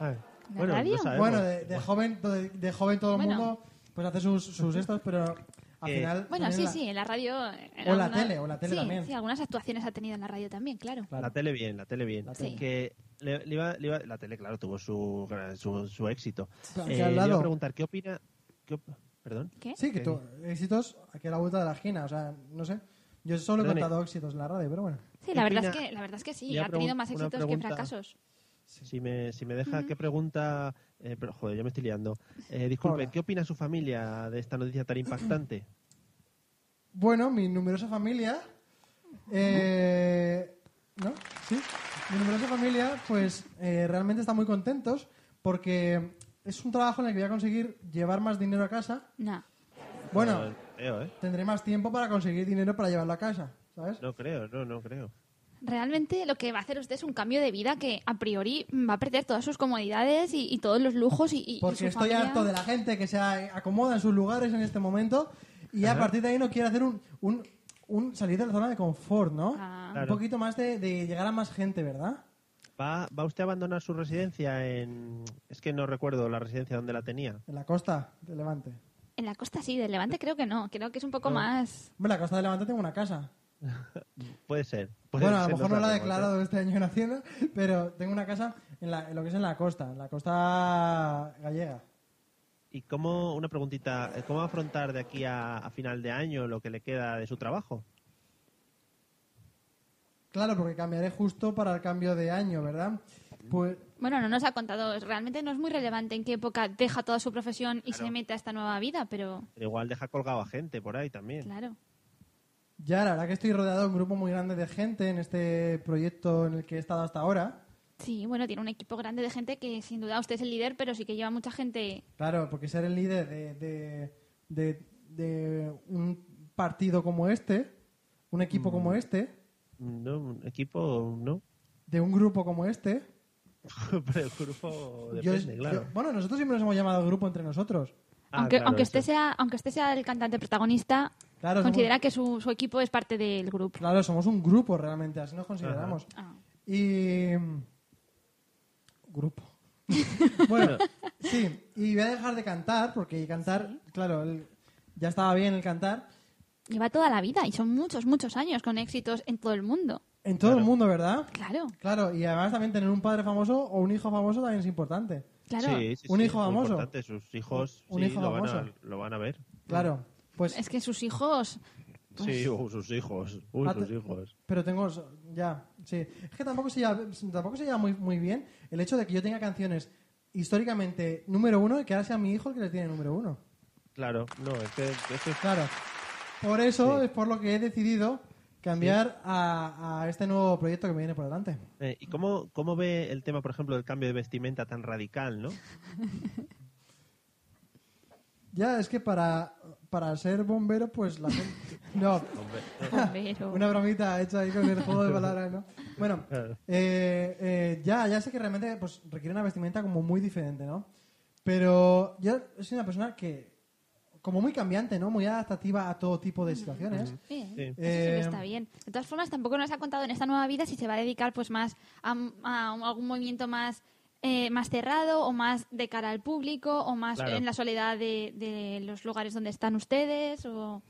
Speaker 1: A ver,
Speaker 3: ¿La
Speaker 1: Bueno,
Speaker 3: radio?
Speaker 1: lo sabemos.
Speaker 4: Ah, eh, pues, Bueno, de, de joven, de, de joven todo el
Speaker 3: Bueno.
Speaker 4: mundo pues hace sus, sus estos, pero al
Speaker 1: Eh,
Speaker 4: final...
Speaker 3: Bueno,
Speaker 4: también
Speaker 3: sí,
Speaker 4: la-
Speaker 3: sí, en la radio. eh,
Speaker 4: O la tele, o la tele
Speaker 3: sí,
Speaker 4: también.
Speaker 3: Sí, algunas actuaciones ha tenido en la radio también, claro.
Speaker 4: claro.
Speaker 1: La tele bien, la tele bien.
Speaker 4: La
Speaker 3: tele.
Speaker 1: Que le- le iba- le iba- la tele, claro, tuvo su, su, su éxito.
Speaker 4: Claro,
Speaker 1: Eh,
Speaker 4: que al
Speaker 1: le iba
Speaker 4: lado.
Speaker 1: a preguntar, ¿qué opina? qué op- ¿Perdón?
Speaker 3: ¿Qué?
Speaker 4: Sí, que tú, éxitos aquí a la vuelta de la esquina, o sea, no sé. Yo solo he
Speaker 1: Perdone.
Speaker 4: contado éxitos en la radio, pero bueno.
Speaker 3: Sí, la verdad, es
Speaker 1: opina?
Speaker 3: que, la verdad es que sí,
Speaker 1: Voy a
Speaker 3: ha tenido
Speaker 1: pregun-
Speaker 3: más
Speaker 1: una
Speaker 3: éxitos que
Speaker 1: pregunta.
Speaker 3: fracasos.
Speaker 1: Si me, si me deja, ¿qué pregunta? eh, pero, joder, yo me estoy liando. Eh, disculpe,
Speaker 4: Hola.
Speaker 1: ¿qué opina su familia de esta noticia tan impactante?
Speaker 4: Bueno, mi numerosa familia. eh, ¿No? Sí. Mi numerosa familia, pues eh, realmente está muy contentos porque es un trabajo en el que voy a conseguir llevar más dinero a casa.
Speaker 3: No.
Speaker 4: Bueno,
Speaker 1: No creo, ¿eh?
Speaker 4: tendré más tiempo para conseguir dinero para llevarlo a casa, ¿sabes?
Speaker 1: No creo, no, no creo.
Speaker 3: Realmente lo que va a hacer usted es un cambio de vida que a priori va a perder todas sus comodidades y, y todos los lujos y, y- y su
Speaker 4: Porque estoy
Speaker 3: familia.
Speaker 4: harto de la gente que se a- acomoda en sus lugares en este momento y a partir de ahí no quiere hacer un, un, un salir de la zona de confort, ¿no?
Speaker 3: Ah.
Speaker 1: Claro.
Speaker 4: Un poquito más de, de llegar a más gente, ¿verdad?
Speaker 1: ¿Va, ¿Va usted a abandonar su residencia en...? Es que no recuerdo la residencia donde la tenía.
Speaker 4: En la costa de Levante.
Speaker 3: En la costa sí, de Levante creo que no, creo que es un poco más...
Speaker 4: Hombre, en la costa de Levante tengo una casa.
Speaker 1: Puede ser. puede
Speaker 4: bueno, a
Speaker 1: ser,
Speaker 4: lo
Speaker 1: no
Speaker 4: mejor no la he
Speaker 1: sabemos, ¿eh?
Speaker 4: declarado este año en Hacienda, pero tengo una casa en, la- en lo que es en la costa, en la costa gallega.
Speaker 1: ¿Y cómo, una preguntita, eh, cómo va a afrontar de aquí a, a final de año lo que le queda de su trabajo?
Speaker 4: Claro, porque cambiaré justo para el cambio de año, ¿verdad? Pues
Speaker 3: Bueno, no nos ha contado, realmente no es muy relevante en qué época deja toda su profesión y
Speaker 1: Claro.
Speaker 3: se mete a esta nueva vida, pero
Speaker 1: Pero igual deja colgado a gente por ahí también.
Speaker 3: claro.
Speaker 4: ya, la verdad que estoy rodeado de un grupo muy grande de gente en este proyecto en el que he estado hasta ahora.
Speaker 3: Sí, bueno, tiene un equipo grande de gente que sin duda usted es el líder, pero sí que lleva mucha gente.
Speaker 4: Claro, porque ser el líder de, de- de- de un partido como este, un equipo
Speaker 1: Mm.
Speaker 4: como este,
Speaker 1: No, un equipo, no.
Speaker 4: de un grupo como este.
Speaker 1: Pero el grupo
Speaker 4: yo-
Speaker 1: depende, claro.
Speaker 4: yo- bueno, nosotros siempre nos hemos llamado grupo entre nosotros.
Speaker 1: Ah,
Speaker 3: aunque,
Speaker 1: claro,
Speaker 3: aunque,
Speaker 1: eso.
Speaker 3: este sea, aunque este sea el cantante protagonista,
Speaker 4: Claro,
Speaker 3: considera
Speaker 4: somos-
Speaker 3: que su, su equipo es parte del grupo.
Speaker 4: Claro, somos un grupo realmente, así nos consideramos.
Speaker 3: Ah.
Speaker 4: Y. mm, Grupo. bueno, sí, y voy a dejar de cantar, porque cantar, claro, el- ya estaba bien el cantar.
Speaker 3: Lleva toda la vida y son muchos, muchos años con éxitos en todo el mundo.
Speaker 4: En todo el mundo, ¿verdad?
Speaker 3: Claro,
Speaker 4: Claro, y además también tener un padre famoso o un hijo famoso también es importante.
Speaker 3: claro.
Speaker 1: Sí, sí,
Speaker 4: Un
Speaker 1: sí,
Speaker 4: hijo
Speaker 1: es muy
Speaker 4: famoso.
Speaker 1: importante, Sus hijos
Speaker 4: Un
Speaker 1: sí,
Speaker 4: hijo
Speaker 1: lo, van a,
Speaker 4: famoso.
Speaker 1: lo van a ver.
Speaker 4: Claro, pues.
Speaker 3: Es que sus hijos.
Speaker 1: Sí, uh, sus hijos. Uy,
Speaker 4: Ah,
Speaker 1: sus
Speaker 4: te-
Speaker 1: hijos.
Speaker 4: Pero tengo. Ya, sí. Es que tampoco se lleva, tampoco se lleva muy, muy bien el hecho de que yo tenga canciones históricamente número uno y que ahora sea mi hijo el que le tiene número uno.
Speaker 1: Claro, no, es que, es que-
Speaker 4: Claro. Por eso
Speaker 1: Sí.
Speaker 4: es por lo que he decidido cambiar a, a este nuevo proyecto que me viene por delante.
Speaker 1: eh, ¿Y cómo, cómo ve el tema, por ejemplo, del cambio de vestimenta tan radical, no?
Speaker 4: Ya, es que para, para ser bombero, pues la gente... No,
Speaker 3: Bombero.
Speaker 4: una bromita hecha ahí con el juego de palabras, ¿no? Bueno,
Speaker 1: Claro.
Speaker 4: eh, eh, ya, ya sé que realmente pues, requiere una vestimenta como muy diferente, ¿no? Pero yo soy una persona que, como muy cambiante, ¿no? Muy adaptativa a todo tipo de situaciones.
Speaker 3: Bien,
Speaker 1: Sí.
Speaker 3: eso siempre
Speaker 4: Eh,
Speaker 3: está bien. De todas formas, tampoco nos ha contado en esta nueva vida si se va a dedicar pues más a, a un- algún movimiento más eh, más cerrado o más de cara al público o más
Speaker 1: Claro.
Speaker 3: en la soledad de, de los lugares donde están ustedes o